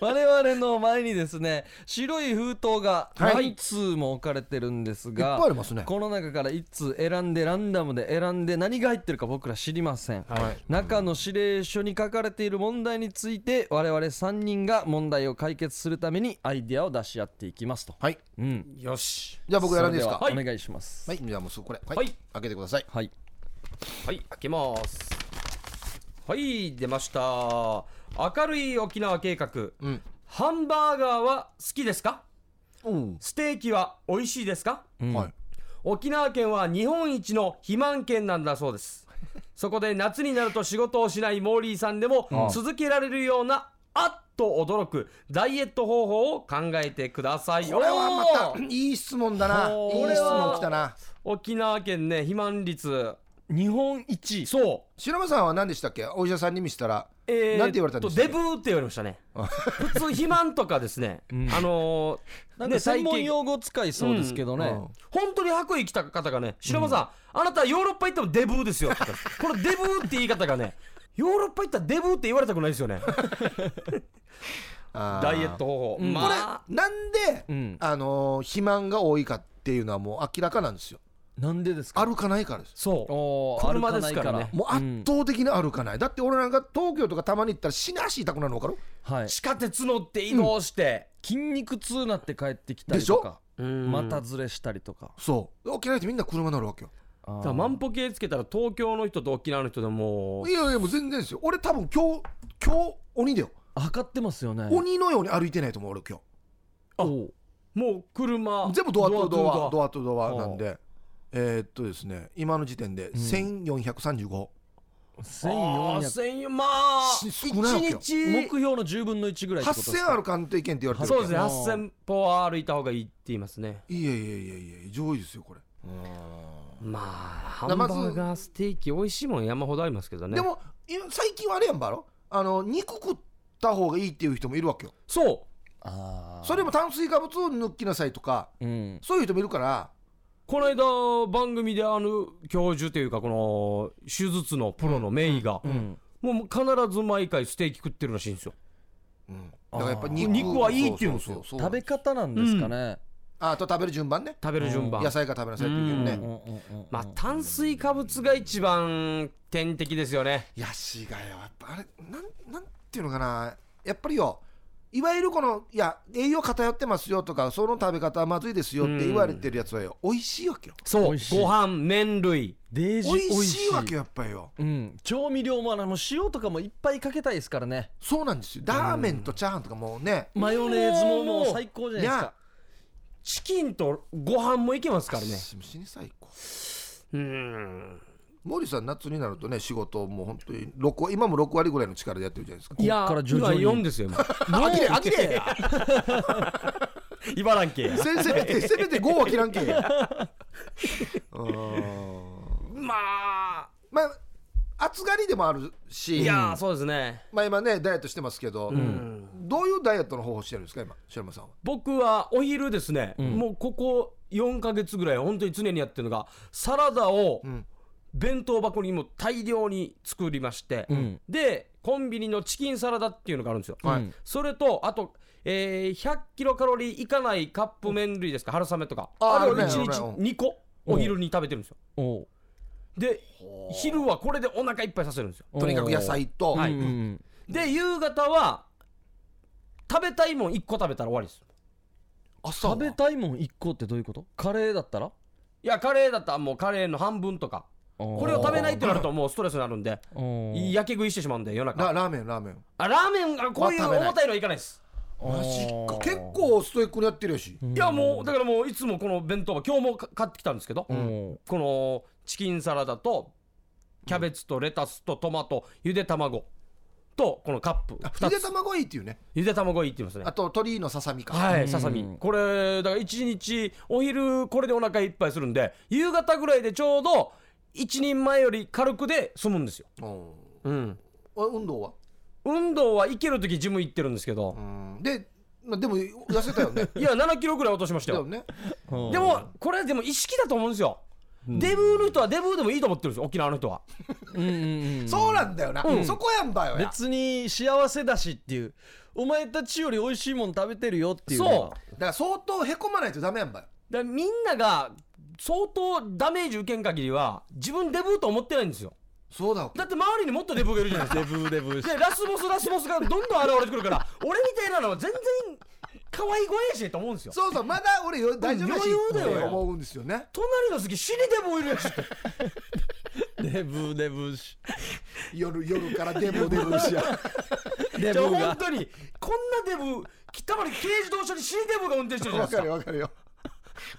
Speaker 1: 我々の前にですね白い封筒が
Speaker 3: は
Speaker 1: 何
Speaker 3: い
Speaker 1: 通も置かれてるんですが、
Speaker 3: いっぱいありますね
Speaker 1: この中から1通選んでランダムで選んで何が入ってるか僕ら知りません、
Speaker 2: はい
Speaker 1: 中の指令書に書かれている問題について我々3人が問題を解決するためにアイデアを出し合っていきますと、
Speaker 3: はい
Speaker 1: うん、
Speaker 2: よし
Speaker 3: じゃあ僕選んでいいですか
Speaker 1: それはお願いします
Speaker 3: はい、じゃあもうすぐこれ、はい、
Speaker 2: はい
Speaker 3: 開けてください。
Speaker 1: はい、
Speaker 2: はい開けますはい出ました明るい沖縄計画、
Speaker 3: ん
Speaker 2: ハンバーガーは好きですか
Speaker 3: うん
Speaker 2: ステーキは美味しいですか
Speaker 1: うん
Speaker 3: はい
Speaker 2: 沖縄県は日本一の肥満県なんだそうですそこで夏になると仕事をしないモーリーさんでも続けられるようなあっと驚くダイエット方法を考えてください
Speaker 3: これはま
Speaker 2: お
Speaker 3: た
Speaker 2: ー
Speaker 3: いい質問だな
Speaker 1: おー
Speaker 3: いい質問きたな
Speaker 2: 沖縄県ね肥満率
Speaker 1: 日本一
Speaker 2: そう
Speaker 3: 白間さんは何でしたっけお医者さんに見せたら
Speaker 2: え
Speaker 3: なんて言われたんですか
Speaker 2: とデブーって言われましたね
Speaker 3: あ
Speaker 2: 普通肥満とかですね、
Speaker 1: うん
Speaker 2: あのー
Speaker 1: なんか専門
Speaker 2: 体型
Speaker 1: 用語使いそうですけどね、
Speaker 3: うんうん
Speaker 2: 本当に白衣着た方がね白間さん、あなたヨーロッパ行ってもデブーですよって言ったんですこのデブーって言い方がねヨーロッパ行ったらデブーって言われたくないですよね
Speaker 3: あー
Speaker 2: ダイエット方法、
Speaker 1: うん
Speaker 2: ま
Speaker 3: こ
Speaker 2: あ
Speaker 3: れなんで
Speaker 1: うん
Speaker 3: あのー肥満が多いかっていうのはもう明らかなんですよ
Speaker 1: なんでですか
Speaker 3: 歩かないからです
Speaker 2: そう
Speaker 1: おー
Speaker 2: 車
Speaker 1: 歩かない
Speaker 2: ですからね
Speaker 3: もう圧倒的に歩かない、だって俺なんか東京とかたまに行ったら死に足痛くなるの分かる
Speaker 1: はい、
Speaker 2: 地下鉄乗って移動して、
Speaker 1: 筋肉痛なって帰ってきたりとか
Speaker 2: うん
Speaker 1: またずれしたりとか、
Speaker 3: そう沖縄の人みんな車乗るわけよ
Speaker 1: あ
Speaker 2: だ
Speaker 1: ー
Speaker 2: から万歩計つけたら東京の人と沖縄の人でもう
Speaker 3: いやいやもう全然ですよ俺多分今日今日鬼だよ、
Speaker 1: 測ってますよね
Speaker 3: 鬼のように歩いてないと思う俺今
Speaker 2: あ
Speaker 1: おう
Speaker 2: もう車
Speaker 3: 日全部ドアとドア
Speaker 2: ア
Speaker 3: ドアとドアなんでえーっとですね今の時点で1435、
Speaker 2: あー
Speaker 1: 1400
Speaker 2: 1400まあ
Speaker 3: し少ないわけよ
Speaker 2: 1日
Speaker 1: 目標の10分の1ぐらいってことです
Speaker 3: 8000
Speaker 1: か
Speaker 3: ある鑑定券って言われてる
Speaker 2: そう
Speaker 3: わ
Speaker 2: です
Speaker 3: け
Speaker 2: ね
Speaker 3: よ
Speaker 2: 8000歩は歩いた方がいいって言いますね
Speaker 3: いやいやいやいや上位ですよこれ
Speaker 2: まあハン
Speaker 3: だ
Speaker 2: バ
Speaker 3: からまず
Speaker 2: ーガーステーキ美味しいもん山ほどありますけどね
Speaker 3: でも今最近はあれやんばろあの肉食った方がいいっていう人もいるわけよ
Speaker 2: そ
Speaker 1: あー
Speaker 3: それも炭水化物を抜きなさいとか
Speaker 1: うん
Speaker 3: そういう人もいるから
Speaker 2: うこの間番組であの教授というかこの手術のプロの名医が、
Speaker 1: うん
Speaker 2: もう必ず毎回ステーキ食ってるらしいんですよ
Speaker 3: うんだからやっぱ
Speaker 1: あ
Speaker 3: 肉
Speaker 1: ー
Speaker 2: 肉はいいって言うんですよ
Speaker 3: そそそ
Speaker 1: 食べ方なんですかね、
Speaker 3: ああと食べる順番ね
Speaker 2: 食べる順番
Speaker 3: 野菜から食べなさいって言うけどね、
Speaker 2: うん
Speaker 1: うんうんうん
Speaker 2: まあ炭水化物が一番天敵ですよね
Speaker 3: いやしがよやっぱあれなんなんていうのかなやっぱりよいわゆるこのいや栄養偏ってますよとかその食べ方はまずいですよって言われてるやつはよ美味しいわけよ
Speaker 2: そう
Speaker 1: 美味しい
Speaker 2: ご飯麺類
Speaker 1: デージ
Speaker 3: 美
Speaker 1: 美
Speaker 3: 味
Speaker 1: 味し
Speaker 3: し
Speaker 1: い
Speaker 3: いわけよやっぱりよ
Speaker 1: うん、調味料もあのもう塩とかもいっぱいかけたいですからね
Speaker 3: そうなんですよラーメンとチャーハンとかもうね
Speaker 1: マヨネーズももう
Speaker 2: もう
Speaker 1: 最高じゃないですか
Speaker 2: チキンとご飯もいけますからね
Speaker 3: ししに最高
Speaker 2: うん
Speaker 3: 森さん夏になるとね仕事もう本当に6割今も6割ぐらいの力でやってるじゃないですか
Speaker 2: いや
Speaker 1: こっから徐々
Speaker 2: 今
Speaker 1: に
Speaker 2: 4ですよ今
Speaker 3: あきれあきれや
Speaker 2: 茨城県や
Speaker 3: せせめてせめて5は切らんけんや
Speaker 2: *laughs*
Speaker 3: うーん
Speaker 2: まあ
Speaker 3: まあ暑がりでもあるし
Speaker 2: いやーそうですね
Speaker 3: まあ今ねダイエットしてますけど、
Speaker 2: ん
Speaker 3: どういうダイエットの方法してるんですか今白山さんは
Speaker 2: 僕はお昼ですね、もうここ4ヶ月ぐらい本当に常にやってるのがサラダを
Speaker 3: ん
Speaker 2: 弁当箱にも大量に作りまして、
Speaker 1: うん
Speaker 2: でコンビニのチキンサラダっていうのがあるんですよ、
Speaker 1: はいうん
Speaker 2: それとあと、えー100キロカロリーいかないカップ麺類ですか春雨とか
Speaker 3: あ
Speaker 2: あれ
Speaker 3: ある
Speaker 2: を
Speaker 3: ね
Speaker 2: 1
Speaker 3: ある
Speaker 2: 日
Speaker 3: ねうん
Speaker 2: 2個お昼に食べてるんですよ
Speaker 1: おう
Speaker 2: で昼はこれでお腹いっぱいさせるんですよ
Speaker 1: おう
Speaker 3: とにかく野菜と、
Speaker 1: うん
Speaker 2: はい
Speaker 1: うん
Speaker 2: で夕方は食べたいもん1個食べたら終わりです
Speaker 3: 朝は
Speaker 1: 食べたいもん1個ってどういうことカレーだったら
Speaker 2: いやカレーだったらもうカレーの半分とか
Speaker 1: こ
Speaker 2: これを食べないってなるともうストレスになるんで
Speaker 1: や
Speaker 2: やけ食いしてしまうんで夜
Speaker 3: ラ
Speaker 2: 中
Speaker 3: ラーメンラーメン
Speaker 2: あラーメンあこういう
Speaker 3: まあ食べない
Speaker 2: 重たいのはいかないです
Speaker 3: マジか結構ストイックにやってるやし、
Speaker 2: いやもうだからもういつもこの弁当は今日もか買ってきたんですけど
Speaker 1: う
Speaker 2: こ
Speaker 1: ん
Speaker 2: のチキンサラダとキャベツとレタスとトマトゆで卵とこのカップ
Speaker 3: あ
Speaker 2: 2
Speaker 3: ゆで
Speaker 2: つ
Speaker 3: 卵いいっていうね
Speaker 2: ゆで卵いいって言いますね
Speaker 3: あと鶏のささみか、
Speaker 2: は
Speaker 1: うん
Speaker 2: いささみこれだから1日お昼これでお腹いっぱいするんで夕方ぐらいでちょうど1人前より軽くで済むんですよ
Speaker 3: うん
Speaker 2: うん
Speaker 3: あ運動は
Speaker 2: 運動は行ける時ジム行ってるんですけど
Speaker 3: うんで、まあ、でも痩せたよね
Speaker 2: いや7キロぐらい落としました
Speaker 3: だよ
Speaker 2: よ
Speaker 3: ね
Speaker 1: うん
Speaker 2: でもこれはでも意識だと思うんですよデブーの人はデブーでもいいと思ってるんですよ沖縄の人は
Speaker 1: うんうんうん
Speaker 3: そうなんだよな、そこやんばよや
Speaker 1: 別に幸せだしっていうお前たちより美味しいもん食べてるよっていう
Speaker 2: そう
Speaker 3: だから相当へこまないとダメやんばよ
Speaker 2: だからみんなが相当ダメージ受けん限りは自分デブーと思ってないんですよ
Speaker 3: そうだわけ
Speaker 2: だって周りにもっとデブーがいるじゃないです
Speaker 1: *laughs*
Speaker 2: か
Speaker 1: デブデブし
Speaker 2: でラスボスラスボスがどんどん現れてくるから俺みたいなのは全然可愛い声やしと思うんですよ
Speaker 3: そうそうまだ俺よ大丈夫やし
Speaker 2: 余裕だよ
Speaker 3: って思うんですよね
Speaker 2: 隣の席死にでもいるやしって
Speaker 1: デブデブし
Speaker 3: 夜夜からデブデブしや *laughs*
Speaker 1: デ
Speaker 2: じゃあ
Speaker 1: ブが
Speaker 2: 本当にこんなデブたまに軽自動車に CDM が運転してるじゃな
Speaker 3: わ
Speaker 2: い
Speaker 3: か
Speaker 2: です
Speaker 3: る
Speaker 2: か
Speaker 3: わかるよ。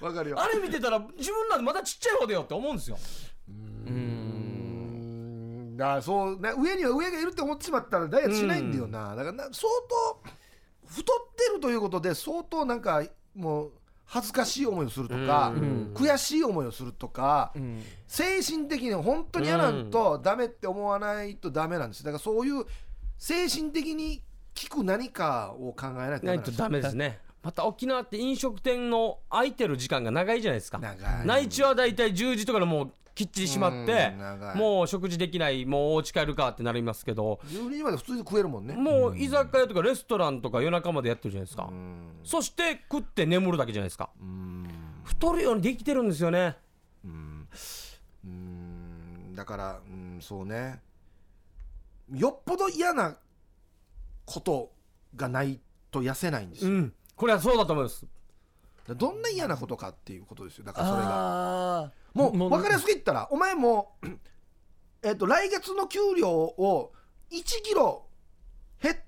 Speaker 3: わかるよ。
Speaker 2: あれ見てたら自分なんてまだちっちゃい方だよって思うんですよ
Speaker 3: うーんだそうね上には上がいるって思ってしまったらダイエットしないんだよな、だからな相当太ってるということで相当なんかもう恥ずかしい思いをするとか、
Speaker 1: ん
Speaker 3: 悔しい思いをするとか、
Speaker 1: ん
Speaker 3: 精神的に本当にやらんとダメって思わないとダメなんですだからそういう精神的に効く何かを考えないとダ
Speaker 2: な
Speaker 3: メないんで
Speaker 2: と
Speaker 3: すよ
Speaker 2: ダメですねまた沖縄って飲食店の空いてる時間が長いじゃないですか
Speaker 3: 長い
Speaker 2: 内地は大体10時とかでもうきっちり閉まって
Speaker 3: うん長い
Speaker 2: もう食事できないもうお家帰るかってなりますけど
Speaker 3: 12時まで普通に食えるもんね
Speaker 2: もう居酒屋とかレストランとか夜中までやってるじゃないですか
Speaker 3: うん
Speaker 2: そして食って眠るだけじゃないですか
Speaker 3: うん
Speaker 2: 太るようにできてるんですよね
Speaker 3: うんうーんだから、うん、そうねよっぽど嫌なことがないと痩せないんです
Speaker 2: う
Speaker 3: よ、
Speaker 2: んこれはそうだと思います
Speaker 3: どんな嫌なことかっていうことですよだからそれが
Speaker 1: あ
Speaker 3: も
Speaker 1: もう
Speaker 3: う分かりやすく言ったらお前も、 *clears throat* えっと来月の給料を1キロ減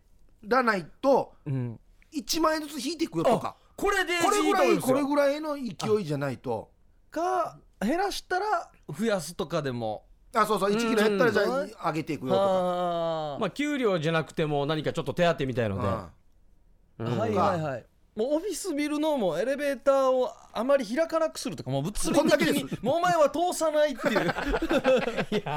Speaker 3: らないと
Speaker 1: ーうん
Speaker 3: 1万円ずつ引いていくよとか
Speaker 2: これで
Speaker 3: これぐらいこれ
Speaker 2: いいと思うんですよ
Speaker 3: ぐらいの勢いじゃないと
Speaker 1: か減らしたら増やすとかでも
Speaker 3: あそうそう1キロ減ったらじゃ
Speaker 1: うん
Speaker 3: あ上げていくよとか。
Speaker 1: あ
Speaker 2: まあ給料じゃなくても何かちょっと手当みたいので、
Speaker 3: うん
Speaker 1: あ
Speaker 2: うん
Speaker 1: はいはいはいもうオフィスビルのもうエレベーターをあまり開かなくするとかもう物
Speaker 3: こん
Speaker 1: 理
Speaker 3: だ
Speaker 1: 的
Speaker 3: けです
Speaker 1: にもうお前は通さないっていう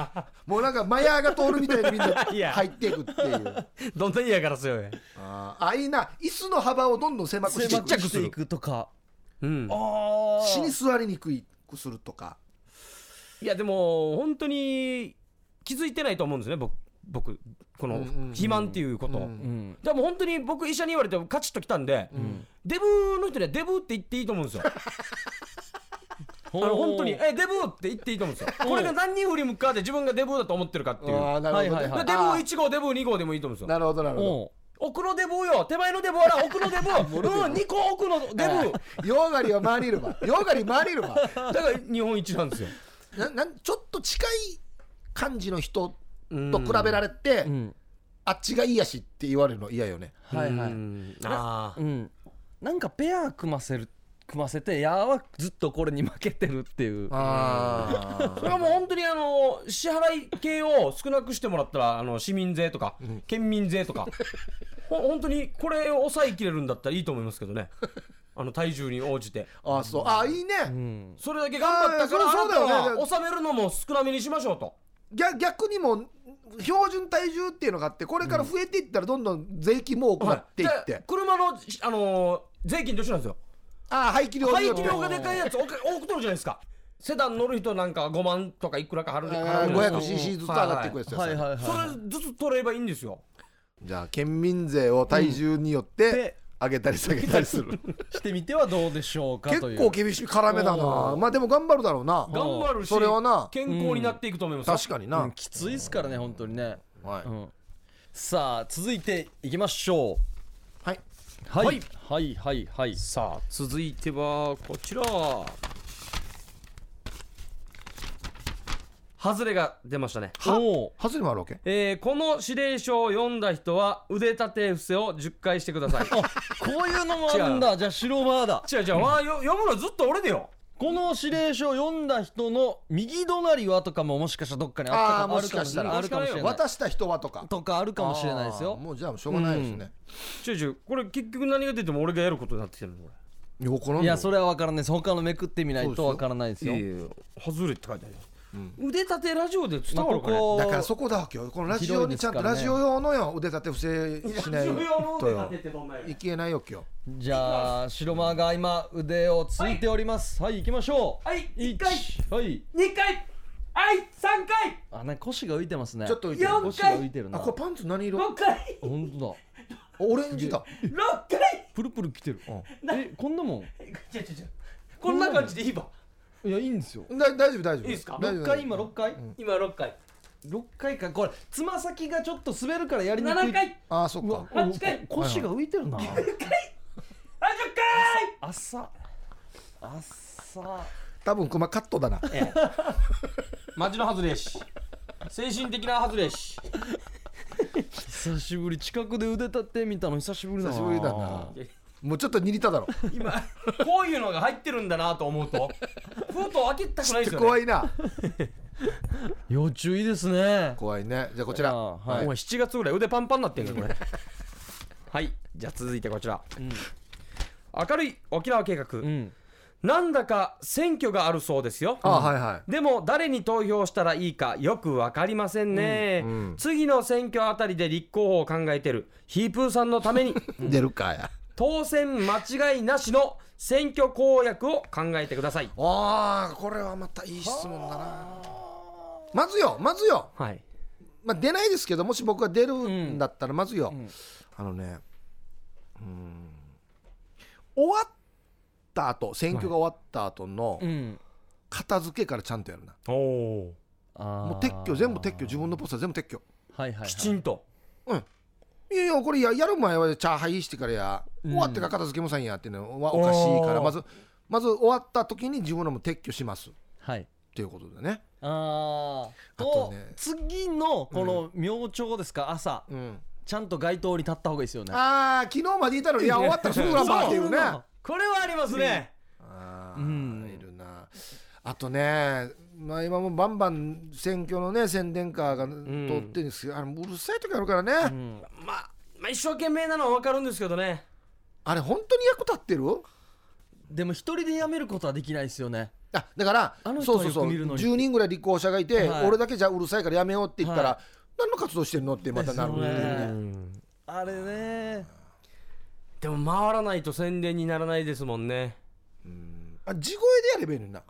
Speaker 3: もうなんかマヤーが通るみたいにみんな
Speaker 1: *laughs*
Speaker 3: い
Speaker 2: や
Speaker 3: 入っていくっていう
Speaker 2: どんなに嫌がらせようや
Speaker 3: あーあいいな椅子の幅をどんどん狭くしてい
Speaker 1: *laughs* 狭
Speaker 3: く
Speaker 1: くしていくとか
Speaker 2: うん
Speaker 1: ああ
Speaker 3: 死に座りにくくするとか
Speaker 2: いやでも本当に気づいてないと思うんですね僕僕
Speaker 3: う
Speaker 2: こ
Speaker 3: ん
Speaker 2: の
Speaker 3: うんうん
Speaker 2: 肥満っていうこと、
Speaker 3: う
Speaker 1: うんん
Speaker 2: でも本当に僕医者に言われてカチッときたんで、
Speaker 3: ん
Speaker 2: デブの人にはデブって言っていいと思うんですよあの本当に「えデブ」って言っていいと思うんですよこれが何人振り向くかで自分がデブだと思ってるかっていう
Speaker 3: あーなる
Speaker 1: は
Speaker 3: ほどね、
Speaker 1: いはいはい
Speaker 2: デブ1号デブ2号でもいいと思うんですよ
Speaker 3: なるほどなるほ
Speaker 1: おう
Speaker 2: 奥のデブよ手前のデブあら奥のデブ
Speaker 3: *laughs*
Speaker 2: うん2個奥のデブ
Speaker 3: ど *laughs* ヨーガリは回りるわヨーガリ回りるわ
Speaker 2: だから日本一なんですよ
Speaker 3: ななんちょっと近い感じの人
Speaker 2: うん
Speaker 3: と比べられて、
Speaker 1: うん
Speaker 3: あっちがいいやしって言われるの嫌よね
Speaker 1: はいはい
Speaker 2: うんああ
Speaker 1: うんなんかペア組ませる組ませてやーはずっとこれに負けてるっていう
Speaker 3: ああ
Speaker 2: それはもう本当にあの支払い系を少なくしてもらったらあの市民税とか県民税
Speaker 3: *laughs*
Speaker 2: とか、ほ本当にこれを抑えきれるんだったらいいと思いますけどねあの体重に応じて
Speaker 3: あーそうあーいいね、
Speaker 1: うん
Speaker 2: それだけ頑張ったから
Speaker 3: あーそ
Speaker 2: あ
Speaker 3: う
Speaker 2: な
Speaker 3: だよね
Speaker 2: たは納めるのも少なめにしましょうと
Speaker 3: 逆逆にも標準体重っていうのがあってこれから増えていったらどんどん税金も多くなっていって、
Speaker 2: で車の、あのー税金と一緒なんですよ
Speaker 3: ああ排気量
Speaker 2: 排気量がでかいやつ多く多く取るじゃないですかセダン乗る人なんか5万とかいくらか払う払うじゃないですか
Speaker 3: 500cc ずつ上がっていくやつです、
Speaker 1: はいはいはい
Speaker 2: それずつ取ればいいんですよ
Speaker 3: じゃあ県民税を体重によって
Speaker 1: で
Speaker 3: 上げたり下げた
Speaker 1: *laughs*
Speaker 3: りする
Speaker 1: してみてはどうでしょうか
Speaker 3: 結
Speaker 1: という
Speaker 3: 構厳しい辛めだな
Speaker 1: おー
Speaker 3: まあでも頑張るだろうな
Speaker 2: 頑張るし
Speaker 3: それはな
Speaker 2: 健康になっていくと思いますよ、
Speaker 3: 確かにな、
Speaker 1: うんきついですからね本当にね、
Speaker 3: はいう
Speaker 1: んさあ続いていきましょう
Speaker 3: はい
Speaker 1: はい、
Speaker 2: は
Speaker 1: はいい、はいはいはい
Speaker 2: さあ続いてはこちらハズレが出ましたね、
Speaker 1: おう
Speaker 3: 外れもあるわけ
Speaker 2: えーこの指令書を読んだ人は腕立て伏せを10回してくださ
Speaker 3: *laughs*
Speaker 2: い
Speaker 1: こういうのもあるんだじゃあ白バーだ
Speaker 2: 違う違う、わあよ読むのずっと俺でよ
Speaker 1: この指令書を読んだ人の右隣はとかももしかしたらどっかに
Speaker 3: あ
Speaker 1: あ
Speaker 3: あ
Speaker 1: ったかも
Speaker 3: も
Speaker 1: ある
Speaker 3: し
Speaker 1: かも
Speaker 3: か
Speaker 1: し
Speaker 3: し
Speaker 1: れ
Speaker 3: た
Speaker 1: ない
Speaker 3: ら
Speaker 1: あるかもしれない
Speaker 3: 渡した人はとか
Speaker 1: とかあるかもしれないです
Speaker 3: あ
Speaker 1: よ
Speaker 3: ーもうじゃあしょうがないですね、
Speaker 2: 違う違うこれ結局何が出ても俺がやることになってきてるのこ
Speaker 3: いやこの
Speaker 1: いやそれは分からないです他のめくってみないと分からないです
Speaker 2: れ
Speaker 1: よ
Speaker 2: いやハズレって書いてあります、腕立てラジオで伝
Speaker 1: まあ
Speaker 2: わる
Speaker 1: こ
Speaker 2: かね、
Speaker 1: こ
Speaker 3: だからそこだわけよこのラジオにちゃんと
Speaker 1: 広い
Speaker 3: ラ
Speaker 1: ですからね
Speaker 3: ジオ用のよ腕立て伏せしないとよ
Speaker 2: てどんなや
Speaker 3: いけないよ今日
Speaker 1: じゃあ白間が今腕をついておりますはい、行きましょう
Speaker 2: はい
Speaker 1: 一
Speaker 2: 一回
Speaker 1: はい
Speaker 2: 2回はい3回
Speaker 1: あなんか腰が浮いてますね
Speaker 3: ちょっと浮いてる
Speaker 2: よ
Speaker 1: 腰が浮いてる
Speaker 3: あ
Speaker 1: な
Speaker 3: これパンツ何色
Speaker 2: 5回
Speaker 1: 本当だ
Speaker 3: オレンジだ
Speaker 2: 6回
Speaker 1: プルプルきてる、えこんなも
Speaker 2: 違う違う違うこんな感じでいいわ
Speaker 1: んいやいいんですよ
Speaker 3: だ大丈夫大丈夫
Speaker 2: いいっすか
Speaker 3: 大
Speaker 1: 6
Speaker 3: 丈夫
Speaker 1: 回今6回、
Speaker 2: 今6回
Speaker 1: 六回かこれつま先がちょっと滑るからやりにくい
Speaker 2: 7回
Speaker 3: ああそっ
Speaker 1: うわ
Speaker 3: か
Speaker 2: 八回
Speaker 1: こ腰が浮いてるな
Speaker 2: あ10
Speaker 1: 朝朝
Speaker 3: 多分熊カットだな
Speaker 2: 回マジのハズレやし精神的なハズレやし
Speaker 1: 久しぶり近くで腕立て見たの久しぶりだな
Speaker 3: 久しぶりだなもうちょっと似りただろ
Speaker 2: 今こういうのが入ってるんだなと思う *laughs* と封筒開けたくないですよね
Speaker 3: 怖いな
Speaker 1: 要注意ですね
Speaker 3: 怖いねじゃあこち
Speaker 1: あ
Speaker 3: ら
Speaker 1: ー
Speaker 3: は
Speaker 1: はい
Speaker 2: お
Speaker 3: い
Speaker 2: 前7月ぐらい腕パンパンになってんけどこれはいじゃあ続いてこちら、
Speaker 1: ん
Speaker 2: 明るい沖縄計画、
Speaker 1: うん
Speaker 2: なんだか選挙があるそうですよ
Speaker 3: あはいは
Speaker 2: でも誰に投票したらいいかよくわかりませんね、
Speaker 3: うんうん
Speaker 2: 次の選挙あたりで立候補を考えてるヒープーさんのため *laughs* に
Speaker 3: い出るかや
Speaker 2: 当選間違いなしの選挙公約を考えてください
Speaker 3: ああこれはまたいい質問だなまずよまずよ、
Speaker 2: はい
Speaker 3: まあ、出ないですけどもし僕が出るんだったらまずよ、あのねうん終わった後選挙が終わった後の
Speaker 1: うん
Speaker 3: 片付けからちゃんとやるな、
Speaker 2: おお
Speaker 1: も
Speaker 3: もう撤去全部撤去自分のポスター全部撤去
Speaker 1: はいはい、はい、
Speaker 2: きちんと
Speaker 3: いやいやこれややる前はチャーハイしてからや、終わってから片付けもさんやっていうのはおかしいから
Speaker 2: おー
Speaker 3: まずまず終わった時に自分のも撤去しますっ
Speaker 1: はい
Speaker 3: ていうことでね
Speaker 1: あー
Speaker 3: あとね
Speaker 1: と次のこの明朝ですか朝
Speaker 3: うん
Speaker 1: ちゃんと街頭に立った方がいいですよね
Speaker 3: ああ昨日までいたのにいや終わったらすぐなんだっていうね
Speaker 1: そう
Speaker 2: これはありますね、
Speaker 3: あ
Speaker 1: うん
Speaker 3: ーいるなあとねまあ今もバンバン選挙のね宣伝カーが通ってるんですけど、あれもううるさい時あるからね、
Speaker 1: うん
Speaker 2: まあ、まあ一生懸命なのは分かるんですけどね
Speaker 3: あれ本当に役立ってる
Speaker 1: でも一人でやめることはできないですよね
Speaker 3: あだから
Speaker 1: あの人
Speaker 3: そ
Speaker 1: は
Speaker 3: うそうそう
Speaker 1: よく見るのに
Speaker 3: 10人ぐらい立候補者がいて、
Speaker 1: はい
Speaker 3: 俺だけじゃうるさいからやめようって言ったら、
Speaker 1: は
Speaker 3: 何の活動してんのってまたなるっていう
Speaker 1: ですよ
Speaker 3: ね
Speaker 1: ねあれね
Speaker 2: でも回らないと宣伝にならないですもんね
Speaker 3: あ地声でやればいいのにな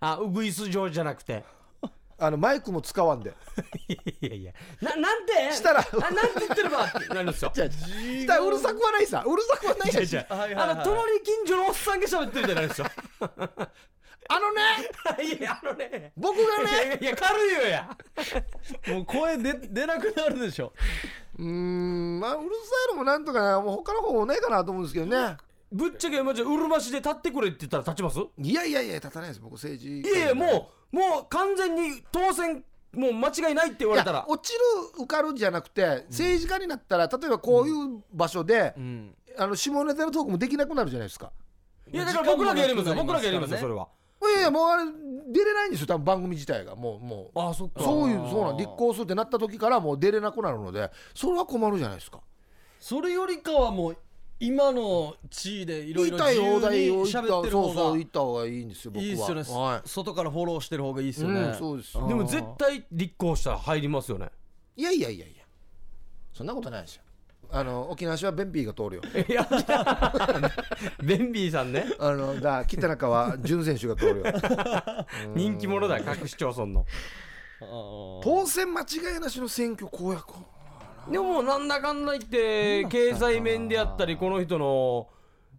Speaker 2: あウグイス状じゃなくて
Speaker 3: あのマイクも使わんで
Speaker 2: いやいやななんて
Speaker 3: した
Speaker 1: *laughs*
Speaker 3: ら
Speaker 2: ななんて言ってればってなるん *laughs* ですよ
Speaker 3: じゃあうるさくはないさうるさくはないし
Speaker 1: あはいはいはい
Speaker 2: あの隣近所のおっさんが喋ってるじゃないですよ
Speaker 3: あのね
Speaker 2: *laughs* いやあのね
Speaker 3: 僕がね
Speaker 2: いやいや軽いよや
Speaker 1: もう声出出なくなるでしょ
Speaker 3: うーんまあうるさいのもなんとかなもう他の方法ないかなと思うんですけどね
Speaker 2: ぶっちゃけマジでうるま市で立ってくれって言ったら立ちます
Speaker 3: いやいやいや立たないです僕政治い
Speaker 2: いやいやもうもう完全に当選もう間違いないって言われたら
Speaker 3: や落ちる受かるんじゃなくて政治家になったら例えばこういう場所で、
Speaker 1: うん
Speaker 3: あの下ネタのトークもできなくなるじゃないですか
Speaker 2: いやだから僕らがやりますよ
Speaker 1: 時間
Speaker 2: 僕
Speaker 1: も
Speaker 2: ら
Speaker 1: な
Speaker 2: が
Speaker 1: く
Speaker 2: や
Speaker 1: なりま
Speaker 2: りま
Speaker 1: すす
Speaker 2: よ
Speaker 1: からね
Speaker 2: それはい
Speaker 3: やいやもうあれ出れないんですよ多分番組自体がもうもう
Speaker 2: ああそっか
Speaker 3: そういうそうなん立候補するってなった時からもう出れなくなるのでそれは困るじゃないですか
Speaker 1: それよりかはもう今の地位でいろ
Speaker 3: 言
Speaker 1: い
Speaker 3: い
Speaker 1: ろ
Speaker 3: た
Speaker 1: 自
Speaker 3: い放題
Speaker 1: 由に
Speaker 3: を言った
Speaker 1: 喋ってる
Speaker 3: そうそ
Speaker 1: 方
Speaker 3: う
Speaker 1: が
Speaker 3: 言った方がいいんですよ僕はい
Speaker 1: いっすよね、
Speaker 3: は
Speaker 1: 外からフォローしてる方がいいっす
Speaker 3: い、
Speaker 1: よね、
Speaker 3: うんそうですよ
Speaker 2: でも絶対立候補したら入りますよね。
Speaker 3: いやいやいやいやそんなことないですよあの沖縄市はベンビーが通るよ
Speaker 2: *laughs* いや、ベンビーさんね、
Speaker 3: あのだ北中は潤選手が
Speaker 2: *laughs*
Speaker 3: 通るよ
Speaker 2: 人気者だよ、各市町村の。
Speaker 1: あー
Speaker 3: 当選間違いなしの選挙公約
Speaker 2: でももうなんだかんだ言って、経済面であったり、この人の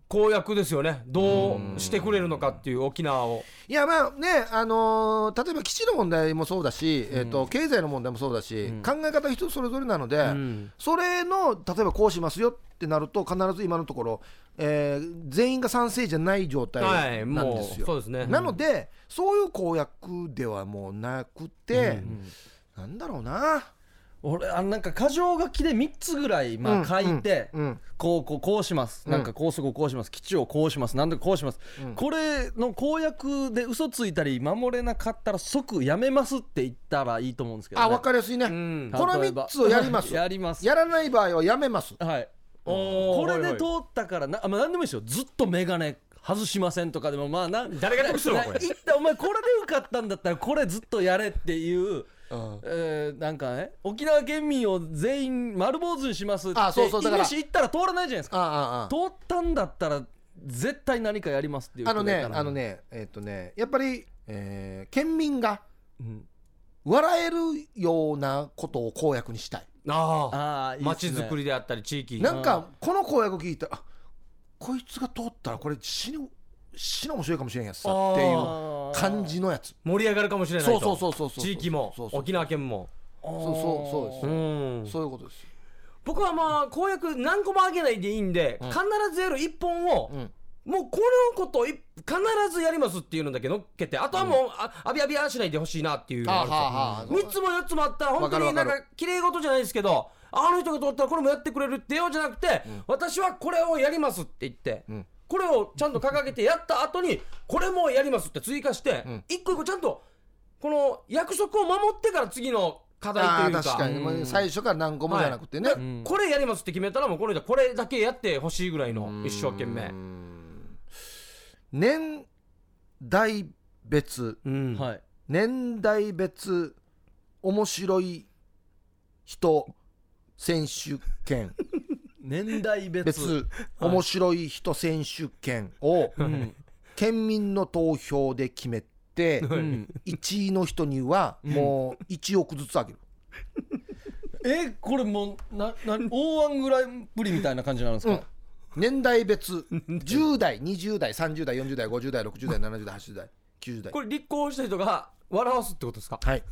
Speaker 2: 公約ですよね、どうしてくれるのかっていう沖縄を。
Speaker 3: いやまあねあのー例えば基地の問題もそうだし、えっと経済の問題もそうだし、考え方人それぞれなので、
Speaker 2: ん
Speaker 3: それの例えばこうしますよってなると必ず今のところ、えー全員が賛成じゃない状
Speaker 2: はい、
Speaker 3: 態なんで
Speaker 2: も
Speaker 3: す
Speaker 2: う、
Speaker 3: よ、
Speaker 2: そうですね。
Speaker 3: なので、そういう公約ではもうなくて、なんだろうな
Speaker 1: 俺あのなんか箇条書きで3つぐらいま
Speaker 3: うん
Speaker 1: あ書いて、
Speaker 3: うんうん
Speaker 1: こうこうこうします、なんか高速をこうします基地をこうしますなんとかこうします、これの公約で嘘ついたり守れなかったら即やめますって言ったらいいと思うんですけど、ね、
Speaker 3: あ分かりやすいね、
Speaker 2: ん
Speaker 3: この
Speaker 1: 例えば
Speaker 3: 3つをやります
Speaker 1: *laughs* やります
Speaker 3: やらない場合はやめます
Speaker 1: はい
Speaker 2: こ
Speaker 1: これで通ったからな、あまあ、何でもいいですよずっと眼鏡外しませんとかでもまあな
Speaker 2: 誰が得するのこれ
Speaker 1: いったお前これで受かったんだったらこれずっとやれっていう、えーなんかね沖縄県民を全員丸坊主にしますって
Speaker 3: あそうそうだから
Speaker 1: もし行ったら通らないじゃないです
Speaker 3: あ
Speaker 1: か
Speaker 3: あああ
Speaker 1: 通ったんだったら絶対何かやりますっていう
Speaker 3: あのね
Speaker 1: 人がいたら
Speaker 3: あのねえっ、とねやっぱり、えー県民が
Speaker 1: うん
Speaker 3: 笑えるようなことを公約にしたい
Speaker 2: あ
Speaker 1: ああ
Speaker 2: あ、
Speaker 1: いいっ
Speaker 2: 街
Speaker 1: すね
Speaker 2: づくりであったり、地域。
Speaker 3: なんかこの公約聞いたらあこいつが通ったらこれ死ぬ死ぬ面白いかもしれんやつさっていう
Speaker 1: あー
Speaker 3: 感じのやつ
Speaker 2: 盛り上がるかもしれない
Speaker 3: そ
Speaker 2: と
Speaker 3: うそうそうそうそう
Speaker 2: 地域も
Speaker 3: そうそう
Speaker 2: 沖縄県も
Speaker 3: そうそうそう
Speaker 2: う
Speaker 3: です
Speaker 2: ん
Speaker 3: そういうことです
Speaker 2: 僕はまあ公約何個もあげないでいいんで、必ずやる一本を
Speaker 3: うん
Speaker 2: もうこのことい必ずやりますっていうのだけ乗っけてあとはもう、ああびあびあしないでほしいなっていうのがあるんですよ
Speaker 3: あ
Speaker 2: 3つも4つもあったら本当
Speaker 3: わ
Speaker 2: に
Speaker 3: か
Speaker 2: な
Speaker 3: る
Speaker 2: ん
Speaker 3: わか
Speaker 2: か綺麗事じゃないですけどあの人が通ったらこれもやってくれるってよじゃなくて、私はこれをやりますって言って、
Speaker 3: ん
Speaker 2: これをちゃんと掲げてやった後にこれもやりますって追加して、
Speaker 3: ん
Speaker 2: 一個一個ちゃんとこの約束を守ってから次の課題
Speaker 3: あ
Speaker 2: と
Speaker 3: あ
Speaker 2: いうか
Speaker 3: 確かに、もう最初から何個もじゃなくてね、
Speaker 2: はいでこれやりますって決めたらもうこの人はこれだけやってほしいぐらいの一生懸命
Speaker 3: 年代別
Speaker 2: うん
Speaker 1: はい
Speaker 3: 年代別面白い人選手
Speaker 1: *laughs*
Speaker 3: 権
Speaker 1: 年代別
Speaker 3: 別面白い人選手権を
Speaker 1: うん
Speaker 3: 県民の投票で決めて
Speaker 1: うん
Speaker 3: 1位の人にはもう1億ずつあげる
Speaker 1: えこれもうなな O1 グランプリみたいな感じになるんですか、
Speaker 3: 年
Speaker 1: *laughs*
Speaker 3: 代別10代20代30代40代50代60代70代80代90代
Speaker 2: これ立候補した人が笑わすってことですか
Speaker 3: はい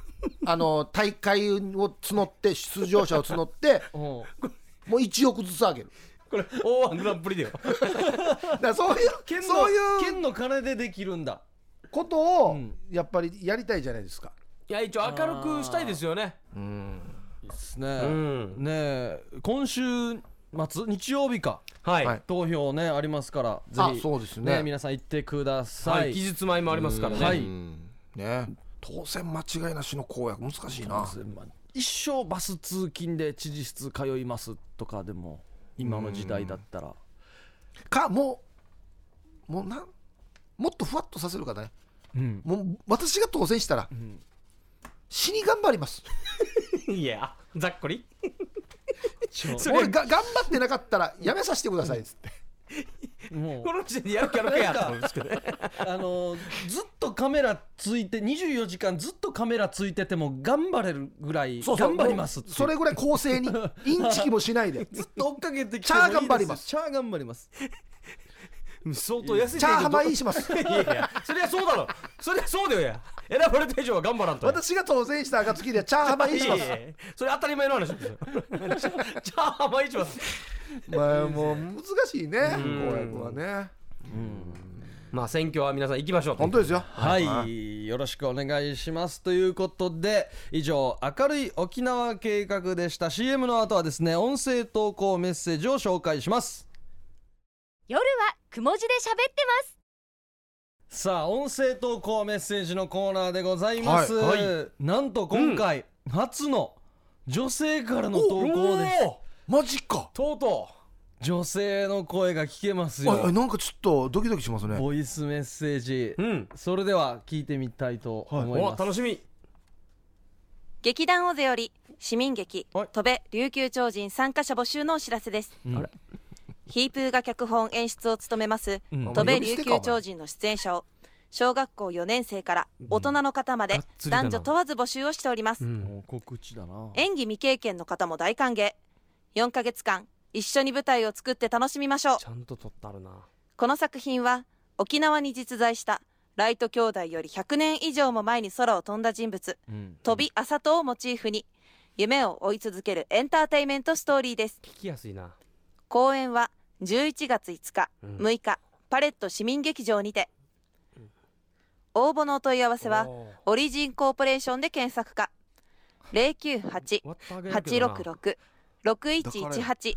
Speaker 3: あの大会を募って出場者を募って
Speaker 1: おう
Speaker 3: もう1億ずつあげる
Speaker 2: これ O1 グランプリだよ
Speaker 3: *laughs* だからそういう
Speaker 1: 県の
Speaker 3: そういう
Speaker 1: 県の金でできるんだ
Speaker 3: こと
Speaker 1: う
Speaker 3: を
Speaker 1: ん
Speaker 3: やっぱりやりたいじゃないですか
Speaker 2: いや一応明るくしたいですよね
Speaker 1: ですね、
Speaker 2: ん
Speaker 1: ねえ今週末日曜日か
Speaker 2: はい、
Speaker 3: はい
Speaker 1: 投票ねありますからぜ
Speaker 3: あ
Speaker 1: ひ
Speaker 3: そうですね
Speaker 1: 皆さん行ってくださ、
Speaker 2: はいい、期日前もありますからね、
Speaker 1: はい
Speaker 3: うんね当選間違いなしの公約難しいな
Speaker 1: 一生バス通勤で知事室通いますとかでも今の時代だったら
Speaker 3: かもうもうなんもっとふわっとさせるかだね
Speaker 1: うん
Speaker 3: もう私が当選したら、死に頑張ります
Speaker 2: いやざっくりそれ
Speaker 3: 俺が頑張ってなかったらやめさせてくださいっつって、
Speaker 1: もう
Speaker 2: この時点でやる気やる気やと思うんですけどね
Speaker 1: あのーずっとカメラついて24時間ずっとカメラついてても頑張れるぐらい
Speaker 3: そうそう
Speaker 1: 頑張りますっていう
Speaker 3: それぐらい公正にインチキもしないで
Speaker 1: ずっと追っかけてきて
Speaker 3: チャー頑張ります
Speaker 1: チャー頑張ります
Speaker 2: 相当痩せて
Speaker 3: チャーハマいいし
Speaker 2: *laughs*
Speaker 3: ます
Speaker 2: いやいやそりゃそうだろそりゃそうだよいや選ばれた以上は頑張らんと
Speaker 3: 私が当選した暁でチャーハマいいします
Speaker 2: いやいやいやそれ当たり前の話ですよチャーハマいいします
Speaker 3: まあもう難しいね
Speaker 2: ん
Speaker 3: 公約はね
Speaker 2: まあ選挙は皆さん行きましょう
Speaker 3: 本当ですよ
Speaker 1: はい、
Speaker 3: はい
Speaker 1: よろしくお願いしますということで以上明るい沖縄計画でした CM の後はですね音声投稿メッセージを紹介します
Speaker 4: 夜はくも字で喋ってます
Speaker 1: さあ音声投稿メッセージのコーナーでございます、
Speaker 2: はい
Speaker 1: なんと今回、初の女性からの投稿です
Speaker 2: お
Speaker 3: マジか
Speaker 2: とうと
Speaker 1: 女性の声が聞けます
Speaker 3: ああ
Speaker 1: よ
Speaker 3: なんかちょっとドキドキしますね
Speaker 1: ボイスメッセージ
Speaker 2: ううん
Speaker 1: それでは聞いてみたいと思い
Speaker 2: お
Speaker 1: ます、
Speaker 2: 楽しみ
Speaker 5: 劇団オゼより市民劇
Speaker 1: はい
Speaker 5: 「戸部琉球超人」参加者募集のお知らせです、
Speaker 1: うんあれ
Speaker 5: ヒープーが脚本演出を務めます
Speaker 1: うん
Speaker 5: 戸部琉球超人の出演者を小学校4年生から大人の方まで
Speaker 2: がっつりだな
Speaker 5: 男女問わず募集をしております、
Speaker 1: もう告知だな
Speaker 5: 演技未経験の方も大歓迎4ヶ月間一緒に舞台を作って楽しみましょう
Speaker 2: ちゃんと撮ったるな
Speaker 5: この作品は沖縄に実在したライト兄弟より100年以上も前に空を飛んだ人物
Speaker 1: うん
Speaker 5: 飛びあさとをモチーフに夢を追い続けるエンターテインメントストーリーです
Speaker 2: 聞きやすいな
Speaker 5: 公演は11月5日、6日パレット市民劇場にて応募のお問い合わせは
Speaker 2: おー
Speaker 5: オリジンコーポレーションで検索か
Speaker 2: 終わってあげるけどな
Speaker 5: 098-866-6118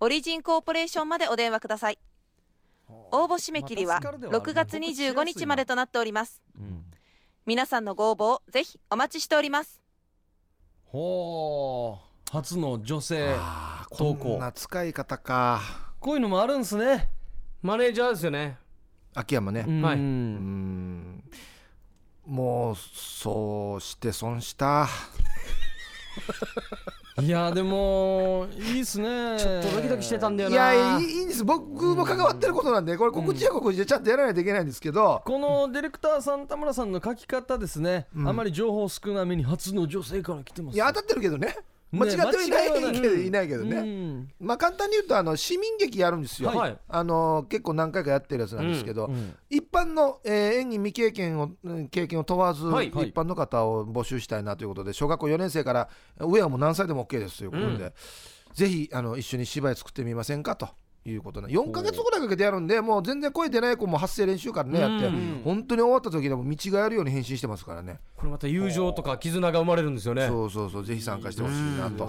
Speaker 5: オリジンコーポレーションまでお電話ください応募締め切り
Speaker 1: まあ
Speaker 5: は
Speaker 1: 助かるではあるな
Speaker 5: 6月25日までとなっております
Speaker 1: うん
Speaker 5: 皆さんのご応募をぜひお待ちしております
Speaker 1: ほう初の女性
Speaker 3: あー
Speaker 1: 投
Speaker 3: こん
Speaker 1: 稿
Speaker 3: な使い方か
Speaker 1: こういうのもあるんすね、
Speaker 2: マネージャーですよね
Speaker 3: 秋山ね
Speaker 1: うん
Speaker 2: はいう
Speaker 3: ーんもうそうして損した
Speaker 1: いやでもいいっすねちょっ
Speaker 2: ドキドキしてたんだよ
Speaker 3: い
Speaker 2: な
Speaker 3: やいいいいんです僕も関わってることなんでこれ告知は告知でちゃんとやらないといけないんですけど、
Speaker 1: このディレクターさん田村さんの書き方ですね、あまり情報少なめに初の女性から来てます
Speaker 3: いや当たってるけどね
Speaker 1: ね
Speaker 3: *laughs* 間違ってはいない
Speaker 1: 間違いはない
Speaker 3: けどいないけど
Speaker 1: う
Speaker 3: ね、
Speaker 1: ん
Speaker 3: まあ簡単に言うとあの市民劇やるんですよ、
Speaker 2: はい
Speaker 3: あの結構何回かやってるやつなんですけど、
Speaker 1: うん
Speaker 3: 一般の、えー演技未経験をうん経験を問わず、
Speaker 2: はい
Speaker 3: 一
Speaker 1: はい
Speaker 3: 般の方を募集したいなということで小学校4年生から上はもう何歳でも OK ですということで、ぜひあの一緒に芝居作ってみませんかということな4か月ぐらいかけてやるんでもう全然声出ない子も発声練習からねやって
Speaker 2: うん
Speaker 3: 本当に終わった時でも見違えるように変身してますからね
Speaker 2: これまた友情とか絆が生まれるんですよね
Speaker 3: そうそうそうぜひ参加してほしいなという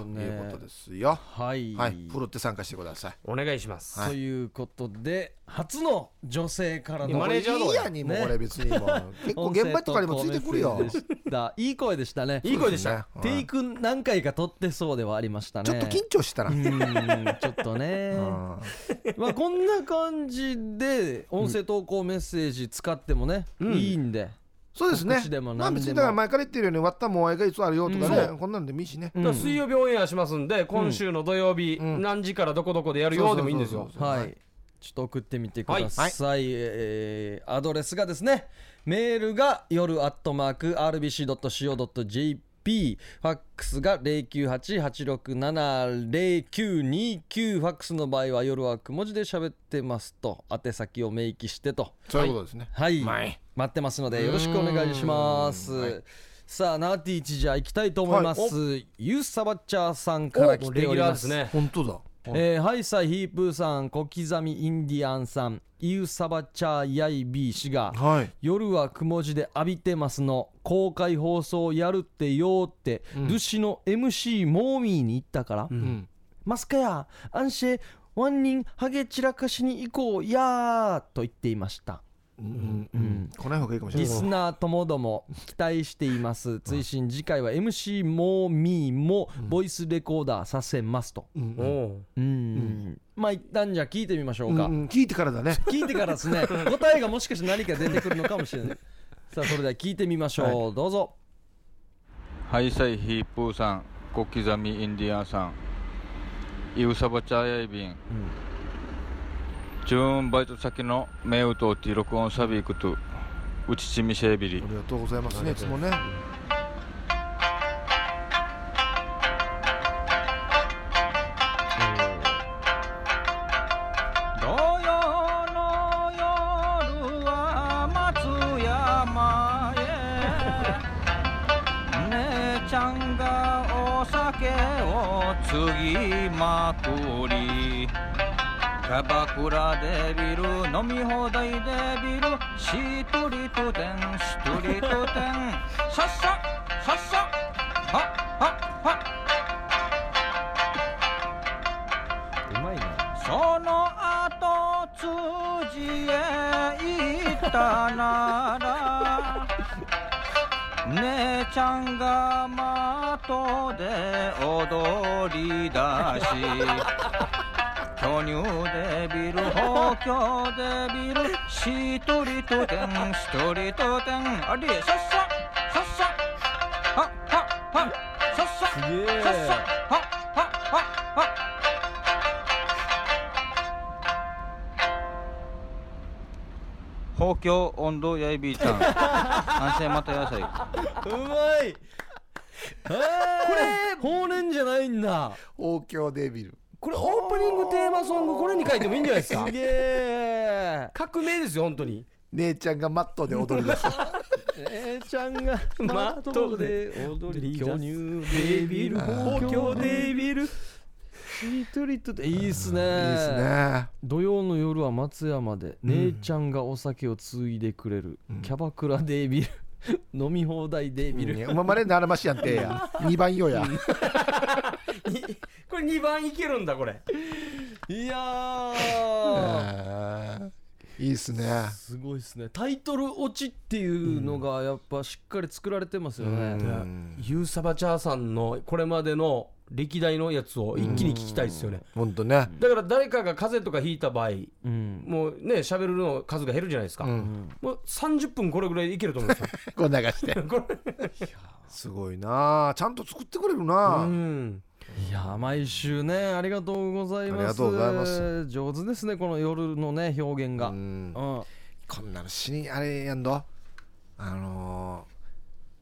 Speaker 3: ことですよ
Speaker 1: はい、
Speaker 3: はいプロって参加してください
Speaker 2: お願いします、
Speaker 1: ということで初の女性からの
Speaker 2: マネージャーど
Speaker 3: いうい
Speaker 2: だ
Speaker 3: やにもうこれ別にもう結構現場とかにもついてくるよ
Speaker 1: 音声投稿メッセージでしたいい声でしたね
Speaker 2: いい声でした
Speaker 3: そうで
Speaker 1: テ
Speaker 3: すね
Speaker 1: イク何回か取ってそうではありましたね
Speaker 3: ちょっと緊張したな、
Speaker 1: うんちょっとね
Speaker 3: うん
Speaker 1: まあこんな感じで音声投稿メッセージ使ってもね、
Speaker 2: うん
Speaker 1: いいんで、
Speaker 3: そうですね
Speaker 1: 告知でも
Speaker 3: まあ
Speaker 1: 何でも
Speaker 3: 別にだから前から言ってるように割ったもん愛がいつあるよとか
Speaker 1: うん
Speaker 3: ね、
Speaker 1: そ
Speaker 3: こんなんでもいいしね、
Speaker 1: うん
Speaker 2: だから水曜日オンエアしますんで、今週の土曜日、
Speaker 3: うん
Speaker 2: 何時からどこどこでやるよでもいいんです
Speaker 3: そう
Speaker 2: よ
Speaker 3: そうそうそう
Speaker 1: は
Speaker 3: はいい、
Speaker 1: ちょっと送ってみてください、えーアドレスがですねメールが夜アットマーク RBC.CO.JP ファックスが0988670929ファックスの場合は夜はく文字で喋ってますと宛先を明記してと
Speaker 3: そういうことですね、
Speaker 1: はい、
Speaker 3: はい
Speaker 1: 待ってますのでよろしくお願いします、
Speaker 3: うーんは
Speaker 1: さあナーティーチじゃあ行きたいと思います、ユースサバッチャーさんから来
Speaker 2: レ
Speaker 1: て
Speaker 2: ギ
Speaker 1: お
Speaker 2: ュ
Speaker 1: り
Speaker 2: ラー
Speaker 1: ま
Speaker 2: ですすね
Speaker 3: 本当だ
Speaker 1: えー、ハイサイヒープーさん小刻みインディアンさんイウサバチャーヤイビー氏が
Speaker 3: はい
Speaker 1: 「夜はくも字で浴びてます」の公開放送やるってよーって、
Speaker 3: ん
Speaker 1: ルシの MC モーミーに言ったから、
Speaker 3: うん
Speaker 1: マスカヤアンシェワンニンハゲ散らかしに行こうやーと言っていました
Speaker 3: うんうん来ない方がいいかもしれ
Speaker 1: リ
Speaker 3: ない
Speaker 1: スナーともども期待しています追伸次回は MC モーミーもボイスレコーダーさせますと
Speaker 3: うん
Speaker 2: おお
Speaker 1: うん、まあ一旦じゃあ聞いてみましょ
Speaker 3: う
Speaker 1: うん
Speaker 3: う
Speaker 1: か、
Speaker 3: ん聞いてからだね
Speaker 1: 聞いてから
Speaker 2: *laughs*
Speaker 1: ですね答えがもしかして何か出てくるのかもしれないさあそれでは聞いてみましょう、どうぞ
Speaker 6: ハイサイヒープーさん、小刻みインディアンさん、イウサバチャーヤイビン、自分バイト先のメウトーティ録音サビ行くと、ウチチミシェービリ
Speaker 3: あ。りがとうございますねいつもね
Speaker 6: 土曜の夜は松山へ姉ちゃんがお酒をつぎまくりキャバクラでビール飲み放題でビールしっとりとてんしっとりとてんさっささっさははは
Speaker 1: うまいな
Speaker 6: その後辻へ行ったなら姉ちゃんが的で踊りだし巨乳でビル包丁でビルしとりとてんしとりとてんありさっささっさはははさっさ
Speaker 1: すげえ
Speaker 6: さっさはははは包丁温度やいびーちゃん安静また野菜
Speaker 1: うまいこれ法然じゃないんだ
Speaker 3: 王京デビル
Speaker 2: これオープニングテーマソングこれに書いてもいいんじゃないです
Speaker 1: す
Speaker 2: か
Speaker 1: げえ
Speaker 2: 革命ですよ本当に
Speaker 3: 姉ちゃんがマットで踊り *laughs* 出す
Speaker 1: えちゃんが
Speaker 2: マ
Speaker 1: マ
Speaker 2: ッ
Speaker 1: ッ
Speaker 2: ト
Speaker 1: ト
Speaker 2: で
Speaker 1: で
Speaker 2: 踊
Speaker 1: 踊
Speaker 2: り
Speaker 1: り
Speaker 2: 出す
Speaker 1: 巨乳デビル
Speaker 2: 東京デビル
Speaker 1: ビトリトいいっすね
Speaker 3: いいですね
Speaker 1: 土曜の夜は松山で、姉ちゃんがお酒を継いでくれる、キャバクラデビル *laughs* 飲み放題デビル、
Speaker 3: うん生まれならましやんてや2番よや
Speaker 2: これ2番いけるんだこれ
Speaker 1: いやー
Speaker 3: あーいいっすね
Speaker 1: すごいですねタイトル落ちっていうのがやっぱしっかり作られてますよね、
Speaker 3: うん
Speaker 2: ユーサバチャーさんのこれまでの歴代のやつを一気に聞きたいですよね
Speaker 3: ほんとね
Speaker 2: だから誰かが風邪とかひいた場合
Speaker 1: うん
Speaker 2: もうね喋るの数が減るじゃないですか、
Speaker 3: うん
Speaker 2: もう30分これぐらいいけると思うんですよ
Speaker 3: *laughs* こう流してすごいなあちゃんと作ってくれるなあ
Speaker 2: うん
Speaker 1: いやー毎週ねありがとうございます
Speaker 3: ありがとうございます
Speaker 1: 上手ですねこの夜のね表現が、
Speaker 3: う
Speaker 1: うん
Speaker 3: ん
Speaker 1: あ
Speaker 3: こんなの死にあれやんどあのー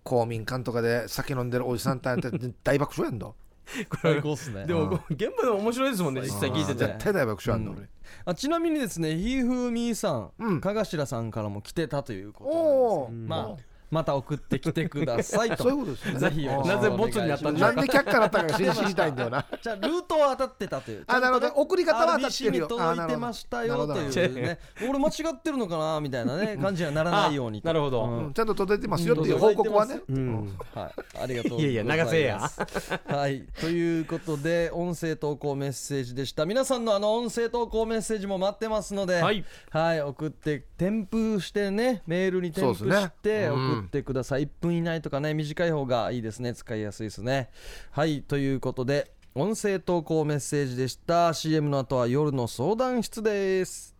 Speaker 3: 公民館とかで酒飲んでるおじさんとあんた大爆笑やんど
Speaker 1: 最高っすね
Speaker 3: *laughs*
Speaker 2: でも *laughs* 現場でも面白いですもんね実際聞いて
Speaker 1: て
Speaker 3: 絶対大爆笑やんど俺
Speaker 1: あちなみにですねひーふーみーさん、
Speaker 3: うん
Speaker 1: かがしらさんからも来てたということなんですよ
Speaker 3: おお
Speaker 1: まあまた送ってきてくださいと
Speaker 3: *laughs* そういうことですね
Speaker 1: ぜひよろしくお
Speaker 2: な
Speaker 1: 願い
Speaker 2: ぜ
Speaker 1: します
Speaker 2: ボツになったんでしょ
Speaker 3: な
Speaker 2: うんか
Speaker 3: で却下だったかが知りたいんだよな
Speaker 1: じゃあルートは当たってたという
Speaker 3: あなるほど送り方は当たってるよ
Speaker 1: RBC に届いてましたよと
Speaker 3: あなるほど
Speaker 1: いうね *laughs* 俺間違ってるのかなみたいな
Speaker 3: *laughs*
Speaker 1: ね感じにはならないようにと
Speaker 2: あなるほど
Speaker 1: うん
Speaker 3: うんちゃんと届いてますよっていう報告はね
Speaker 2: うん
Speaker 1: はい、ありがとうございます。
Speaker 2: いやいや長瀬や
Speaker 1: はい、ということで、音声投稿メッセージでした。皆さんのあの音声投稿メッセージも待ってますので、
Speaker 2: はい、
Speaker 1: はい送って、添付してね、メールに添付
Speaker 3: そうで
Speaker 1: し
Speaker 3: すね
Speaker 1: て
Speaker 3: うん
Speaker 1: 送ってください。1分以内とかね、短い方がいいですね。使いやすいですね。はい、ということで、音声投稿メッセージでした。CM の後は夜の相談室です。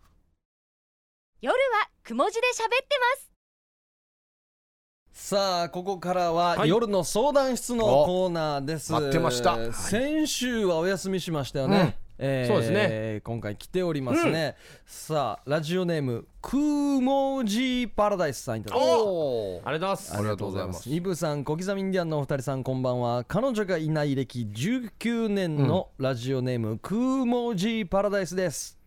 Speaker 4: 夜はくも字で喋ってます
Speaker 1: さあここから
Speaker 2: は
Speaker 1: はい夜の相談室の
Speaker 3: お
Speaker 1: コーナーです、
Speaker 3: 待ってましたはい
Speaker 1: 先週はお休みしましたよね、
Speaker 3: うん
Speaker 1: えー
Speaker 2: そうです
Speaker 1: 今回来ておりますね、さあラジオネームクーモージーパラダイスさんいただきました
Speaker 3: お
Speaker 2: ありがとうございます
Speaker 3: ありがとうございます
Speaker 1: イブさん、小刻みインディアンのお二人さん、こんばんは。彼女がいない歴19年のラジオネーム、クーモージーパラダイスです。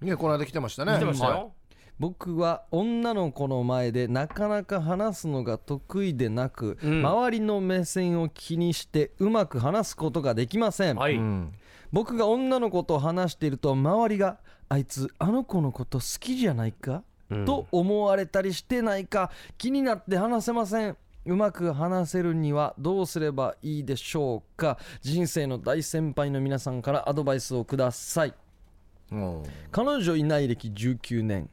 Speaker 3: ねこの間来てましたね
Speaker 2: 来てました
Speaker 3: はい
Speaker 2: よ
Speaker 1: 僕は女の子の前でなかなか話すのが得意でなく、
Speaker 2: うん
Speaker 1: 周りの目線を気にしてうまく話すことができません、
Speaker 2: はい、
Speaker 3: うん
Speaker 1: 僕が女の子と話していると周りが「あいつあの子のこと好きじゃないか?」と思われたりしてないか気になって話せませんうまく話せるにはどうすればいいでしょうか人生の大先輩の皆さんからアドバイスをください
Speaker 3: うん
Speaker 1: 彼女いない歴19年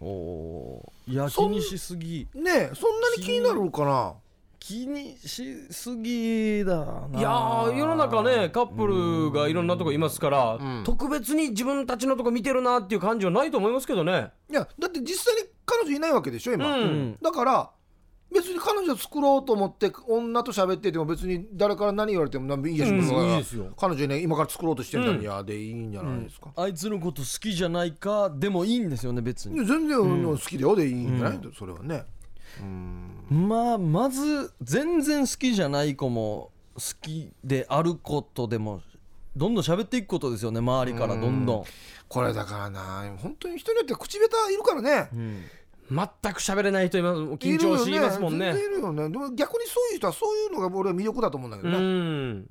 Speaker 1: おーいや
Speaker 3: そ
Speaker 1: 気
Speaker 3: ん
Speaker 1: にしすぎ
Speaker 3: ねえそんなに気になるのかな
Speaker 1: 気にしすぎだない
Speaker 2: いやー世の中ねカップルがいろんなとこいますから、
Speaker 3: うん
Speaker 2: 特別に自分たちのとこ見てるなっていう感じはないと思いますけどね
Speaker 3: いやだって実際に彼女いないわけでしょ今、
Speaker 2: うん
Speaker 1: うん
Speaker 3: だから別に彼女作ろうと思って女と喋ってても別に誰から何言われても何もいいやし、
Speaker 2: うん
Speaker 3: 別に
Speaker 2: いいですよ
Speaker 3: 彼女ね今から作ろうとしてるんだ、
Speaker 2: うん
Speaker 3: いやでいいんじゃないですか、
Speaker 1: あいつのこと好きじゃないかでもいいんですよね別
Speaker 3: い
Speaker 1: に
Speaker 3: や全然俺の好きだよでいいんじゃない、それはね
Speaker 1: まあまず全然好きじゃない子も好きであることでもどんどん喋っていくことですよね周りからどんどん
Speaker 3: これだからな本当に人によって口下手いるからね、
Speaker 2: 全く喋れない人今緊
Speaker 3: いるよ
Speaker 2: 張しますもんね
Speaker 3: 全然いるよねでも逆にそういう人はそういうのが俺は魅力だと思うんだけど
Speaker 2: う
Speaker 3: ね、
Speaker 2: ん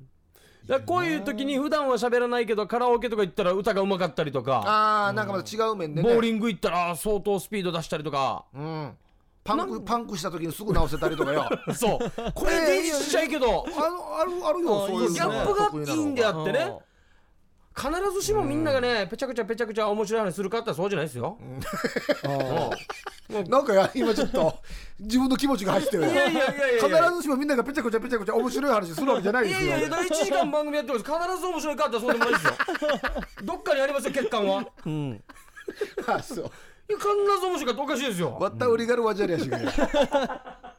Speaker 2: だからこういう時に普段は喋らないけどカラオケとか行ったら歌がうまかったりとか、
Speaker 3: ああなんかまた違う面でね
Speaker 2: ボーリング行ったら相当スピード出したりとか
Speaker 3: うん、パンクパンクした時にすぐ直せたりとかよ
Speaker 2: そう *laughs* これで一緒ちっちゃいけど
Speaker 3: あのあるあるよ
Speaker 1: あ
Speaker 3: そういうの
Speaker 1: いいですねギャ
Speaker 2: ップがいいんだよだってね
Speaker 1: うん
Speaker 2: 必ずしもみんながねぺちゃくちゃぺちゃくちゃ面白い話するかって言ったらそうじゃないですよ、
Speaker 3: なんかや今ちょっと自分の気持ちが入ってるよ
Speaker 2: いやいやいやいや
Speaker 3: 必ずしもみんながぺちゃくちゃぺちゃくちゃ面白い話するわけじゃない
Speaker 2: い
Speaker 3: で
Speaker 2: や
Speaker 3: す
Speaker 2: い
Speaker 3: よ
Speaker 2: やいや、だから1時間番組やってるす必ず面白いかってそうでもないですよ。どっかにありますよ、欠陥は。いや、
Speaker 3: あそう
Speaker 2: 必ず面白いかっておかしいですよ。
Speaker 3: 割った売りがるわじゃりゃしがや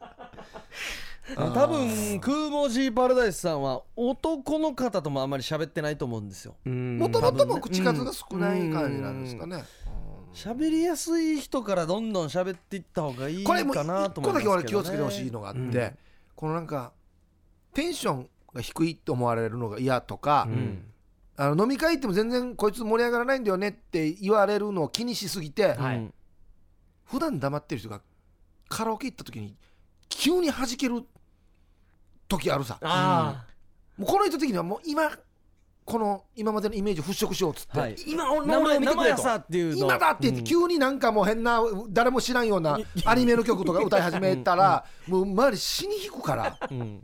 Speaker 1: 多分空文字パラダイスさんは男の方ともあんまり喋ってないと思うんですよ
Speaker 3: もともとも口数が少ない感じなんですかね
Speaker 1: 喋りやすい人からどんどん喋っていった方がいい
Speaker 3: これもう
Speaker 1: かな
Speaker 3: 一
Speaker 1: と思
Speaker 3: 個
Speaker 1: い
Speaker 3: だ
Speaker 1: ますけど、ね、
Speaker 3: け俺気をつけてほしいのがあって、
Speaker 2: うん
Speaker 3: このなんかテンションが低いって思われるのが嫌とか、
Speaker 2: うん
Speaker 3: あの飲み会行っても全然こいつ盛り上がらないんだよねって言われるのを気にしすぎて、
Speaker 2: はい
Speaker 1: うん
Speaker 3: 普段黙ってる人がカラオケ行った時に急に弾ける時あるさ
Speaker 2: ああ、
Speaker 3: もうこの人的にはもう今この今までのイメージを払拭しようっつって、
Speaker 1: はい
Speaker 2: 今俺の
Speaker 1: 生
Speaker 2: 俺見てく
Speaker 1: 生
Speaker 2: れ
Speaker 1: や
Speaker 2: と。
Speaker 1: さっていうの
Speaker 3: 今だって言って急になんかもう変な誰も知らんようなアニメの曲とか歌い始めたらもう周り死に引く
Speaker 1: *laughs*
Speaker 3: から
Speaker 1: うん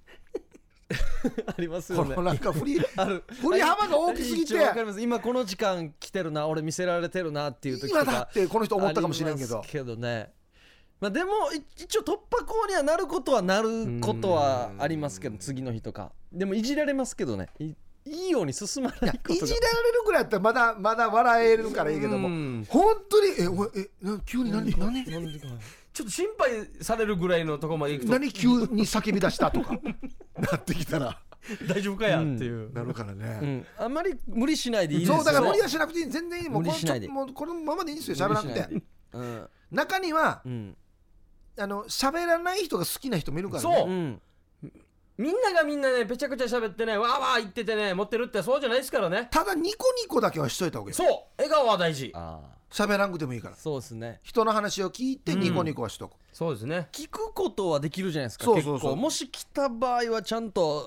Speaker 1: ありますよ
Speaker 3: こ
Speaker 1: ね
Speaker 3: のなんか振り
Speaker 1: ある
Speaker 3: 振り幅が大きすぎて
Speaker 1: 一応わかります今この時間来てるな俺見せられてるなっていう時とか
Speaker 3: 今だってこの人思ったかもしれんけ
Speaker 1: あり
Speaker 3: ど
Speaker 1: ますけどねまあでもい一応突破口にはなることはなることはありますけど次の日とかでもいじられますけどねいいいように進まないこ
Speaker 3: いじ
Speaker 1: とが
Speaker 3: られるぐらいだったらまだまだ笑えるからいいけど
Speaker 2: う
Speaker 3: も
Speaker 2: ん
Speaker 3: 本当にえお前えな急に何何
Speaker 2: ちょっと心配されるぐらいのとこまで行く
Speaker 3: 何急に叫び出したとかなってきたら
Speaker 2: と大丈夫かやっていう。
Speaker 3: なるから
Speaker 1: う
Speaker 3: ね、
Speaker 1: んあんまり無理しないでいいですよ
Speaker 3: そうだから無理はしなくていい全然いいもう
Speaker 1: 無
Speaker 3: こ
Speaker 1: 理し
Speaker 3: のちょ
Speaker 1: な
Speaker 3: っ
Speaker 1: いで
Speaker 3: ともうこのままでいいんですよ喋らなくて
Speaker 1: うん
Speaker 3: 中には
Speaker 1: うん
Speaker 3: あの喋らない人が好きな人もいるからね
Speaker 2: そう
Speaker 1: うん
Speaker 2: みんながみんなね、ぺちゃくちゃ喋ってね、わーわー言っててね、持ってるってそうじゃないですからね。
Speaker 3: ただニコニコだけはしといた方がいい
Speaker 2: そう、笑顔は大事。
Speaker 1: ああ
Speaker 3: 喋らんくてもいいから
Speaker 1: そうですね
Speaker 3: 人の話を聞いてニコニコはしとく、
Speaker 2: そうですね。
Speaker 1: 聞くことはできるじゃないですか
Speaker 3: そうそうそう
Speaker 1: 結構もし来た場合はちゃんと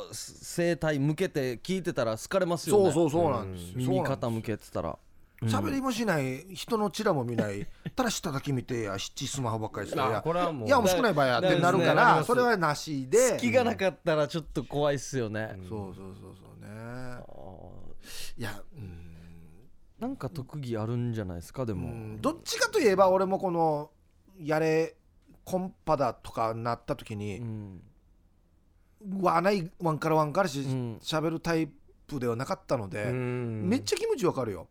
Speaker 1: 声帯向けて聞いてたら好かれますよね
Speaker 3: そうそううそうなんですよ
Speaker 1: 耳傾けてたら
Speaker 3: 喋りもしない人のちらも見
Speaker 2: *laughs*
Speaker 3: ないただ下だけ見てや七スマホばっかりしてい
Speaker 2: あ
Speaker 3: や
Speaker 2: これはもう。
Speaker 3: いやもう少ない場合やってなるか
Speaker 2: だからら
Speaker 3: それはなしで
Speaker 1: 隙がなかったらちょっと怖いっすよね、
Speaker 3: そうそうそうそうね
Speaker 1: あ
Speaker 3: いやうん
Speaker 1: ーなんか特技あるんじゃないですかで
Speaker 3: う
Speaker 1: も、
Speaker 3: んどっちかといえば俺もこのやれコンパだとかなった時
Speaker 1: う
Speaker 3: に、
Speaker 1: ん
Speaker 3: わないワンからワンからし
Speaker 1: ん
Speaker 3: 喋、るタイプではなかったので、
Speaker 2: うん
Speaker 3: めっちゃ気持ちわかるよ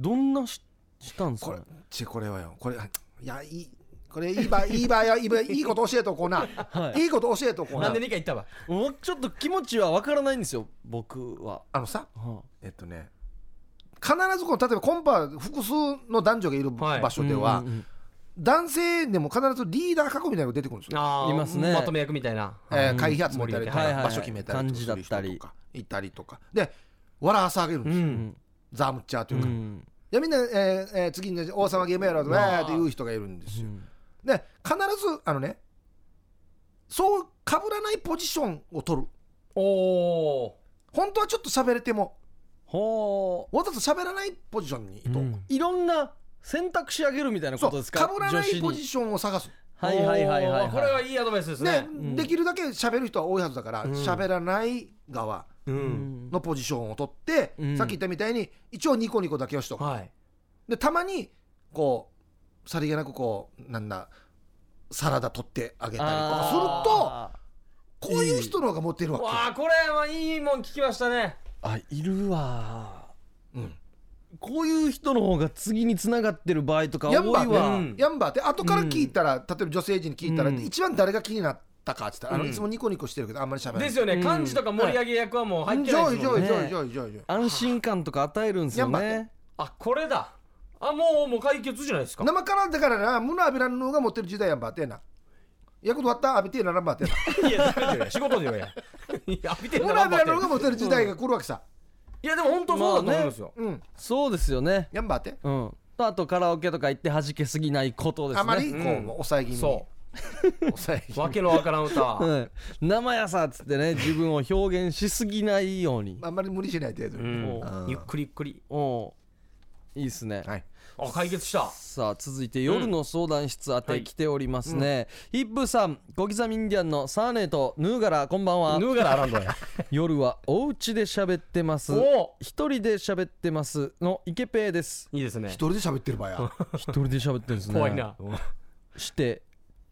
Speaker 1: どんなししたんす
Speaker 3: これ
Speaker 1: か
Speaker 3: ちこれはよこれあいやいいこれいい場合いい場合はいい場合いいこと教えとこう
Speaker 2: *laughs*
Speaker 3: な、、
Speaker 1: はい
Speaker 3: いこと教えとこうな
Speaker 2: な
Speaker 3: ん
Speaker 2: で2回言ったわ。
Speaker 1: もうちょっと気持ちはわからないんですよ僕は、
Speaker 3: あのさ
Speaker 1: は
Speaker 3: えっとね必ずこの例えばコンパ複数の男女がいる
Speaker 2: はい
Speaker 3: 場
Speaker 1: あ
Speaker 3: 所では、
Speaker 1: うんうんうん
Speaker 3: 男性でも必ずリーダー格みたいなのが出てくるんですよ
Speaker 2: あー
Speaker 1: いますね
Speaker 2: まとめ役みたいな。
Speaker 3: え
Speaker 1: う
Speaker 3: ー、
Speaker 1: ん
Speaker 3: 会費集めたりと
Speaker 2: はい
Speaker 1: はいは
Speaker 3: か
Speaker 1: い
Speaker 3: 場所決めたり
Speaker 1: 感
Speaker 3: とか
Speaker 1: じだったり
Speaker 3: する人とかいたりとかで笑わせあげるんですよ、
Speaker 1: うん
Speaker 3: ザームッチャーといううか、い
Speaker 1: ん
Speaker 3: やみんな、えーえー次に王様ゲームやろうと
Speaker 2: うわー
Speaker 3: わーって言う人がいるんです
Speaker 1: う
Speaker 3: よ、
Speaker 1: ん
Speaker 3: で必ずあのねそう被らないポジションを取る
Speaker 2: おー。
Speaker 3: 本当はちょっと喋れても
Speaker 1: ほ
Speaker 3: わざと喋らないポジションにいと
Speaker 1: う、いろんな選択肢あげるみたいな
Speaker 3: そ
Speaker 1: ことで
Speaker 3: う
Speaker 1: す
Speaker 3: 被
Speaker 1: から
Speaker 3: ないポジ
Speaker 1: シ
Speaker 3: ションを探す
Speaker 1: はいはいはいはい、
Speaker 2: おーこれはいいアドバイスです
Speaker 3: ね
Speaker 2: ね。
Speaker 1: ん
Speaker 3: できるだけ喋る人は多いはずだから
Speaker 2: ん
Speaker 3: 喋、らない側
Speaker 2: う。
Speaker 1: うんん
Speaker 3: のポジションを取って、
Speaker 1: うん
Speaker 3: さっき言ったみたいに一応ニコニコだけをしとく、
Speaker 2: はい。
Speaker 3: でたまにこうさりげなくこうなんだサラダ取ってあげたりとか
Speaker 1: あ
Speaker 3: するとこういう人の方がモテるわけ
Speaker 2: わあこれはいいもん聞きましたね。
Speaker 1: ーあいるわ
Speaker 3: うん
Speaker 1: こういう人の方が次に繋がってる場合とか多い
Speaker 3: ヤンバ
Speaker 1: わ、
Speaker 3: ー
Speaker 2: うん
Speaker 3: ねヤンバーって後から聞いたら、例えば女性陣に聞いたら、
Speaker 1: うん
Speaker 3: 一番誰が気になったかって言ったら、あ
Speaker 2: うん
Speaker 3: のいつもニコニコしてるけどあんまり喋らない
Speaker 2: ですよ
Speaker 1: う
Speaker 2: ね。
Speaker 1: ん
Speaker 2: 漢字とか盛り上げ役はもう入ってない
Speaker 3: 上
Speaker 2: で
Speaker 3: 位
Speaker 2: すも
Speaker 3: 上
Speaker 2: ん
Speaker 3: 位
Speaker 2: ね。
Speaker 3: 上位上位上位上位
Speaker 1: 安心感とか与えるんですよ
Speaker 3: ヤ
Speaker 1: ね
Speaker 2: あこれだ。あもうもう解決じゃないですか。
Speaker 3: 生からだからな胸浴びらんのがモテる時代やんばってえなヤクルト割った浴びてえならんばっ
Speaker 2: *laughs*
Speaker 3: てえな
Speaker 2: いやダメだよ仕事でよいや。いや見てん
Speaker 3: 胸
Speaker 2: だ
Speaker 3: 浴
Speaker 2: 頑
Speaker 3: び
Speaker 2: 張
Speaker 3: ら
Speaker 2: って
Speaker 3: んのがモテる時代が来るわけさ
Speaker 2: いやでも本当そうだと思いますよ。
Speaker 3: うん
Speaker 1: そうですよね
Speaker 3: ヤンバーって
Speaker 1: うんとあとカラオケとか行って弾けすぎないことですね
Speaker 3: あまりこう、
Speaker 2: うん
Speaker 3: 抑え気味に
Speaker 2: そ
Speaker 3: 抑え気味
Speaker 2: う。
Speaker 3: に
Speaker 2: わけのわからん *laughs* 歌。
Speaker 1: うん、生やさっつってね自分を表現しすぎないように
Speaker 3: あ *laughs* んまり無理しない程度
Speaker 2: う
Speaker 3: に、
Speaker 2: ん
Speaker 3: うん
Speaker 2: ゆっくりゆっくり。
Speaker 1: おういいっすね、
Speaker 3: はい
Speaker 2: あ解決した。
Speaker 1: さあ続いて夜の相談室宛て来ておりますね、ヒップさん小刻みインディアンのサーネーとヌーガラこんばんは
Speaker 2: 脱ぐからあらんのや。
Speaker 1: 夜はお家で喋ってます
Speaker 2: *laughs* お
Speaker 1: 一人で喋ってますのイケペイ
Speaker 2: *laughs*
Speaker 1: です
Speaker 2: いいですね
Speaker 3: 一。人で喋ってる場合
Speaker 2: *laughs*
Speaker 3: や
Speaker 1: 一人で喋ってるんですね
Speaker 2: 怖いな。
Speaker 1: して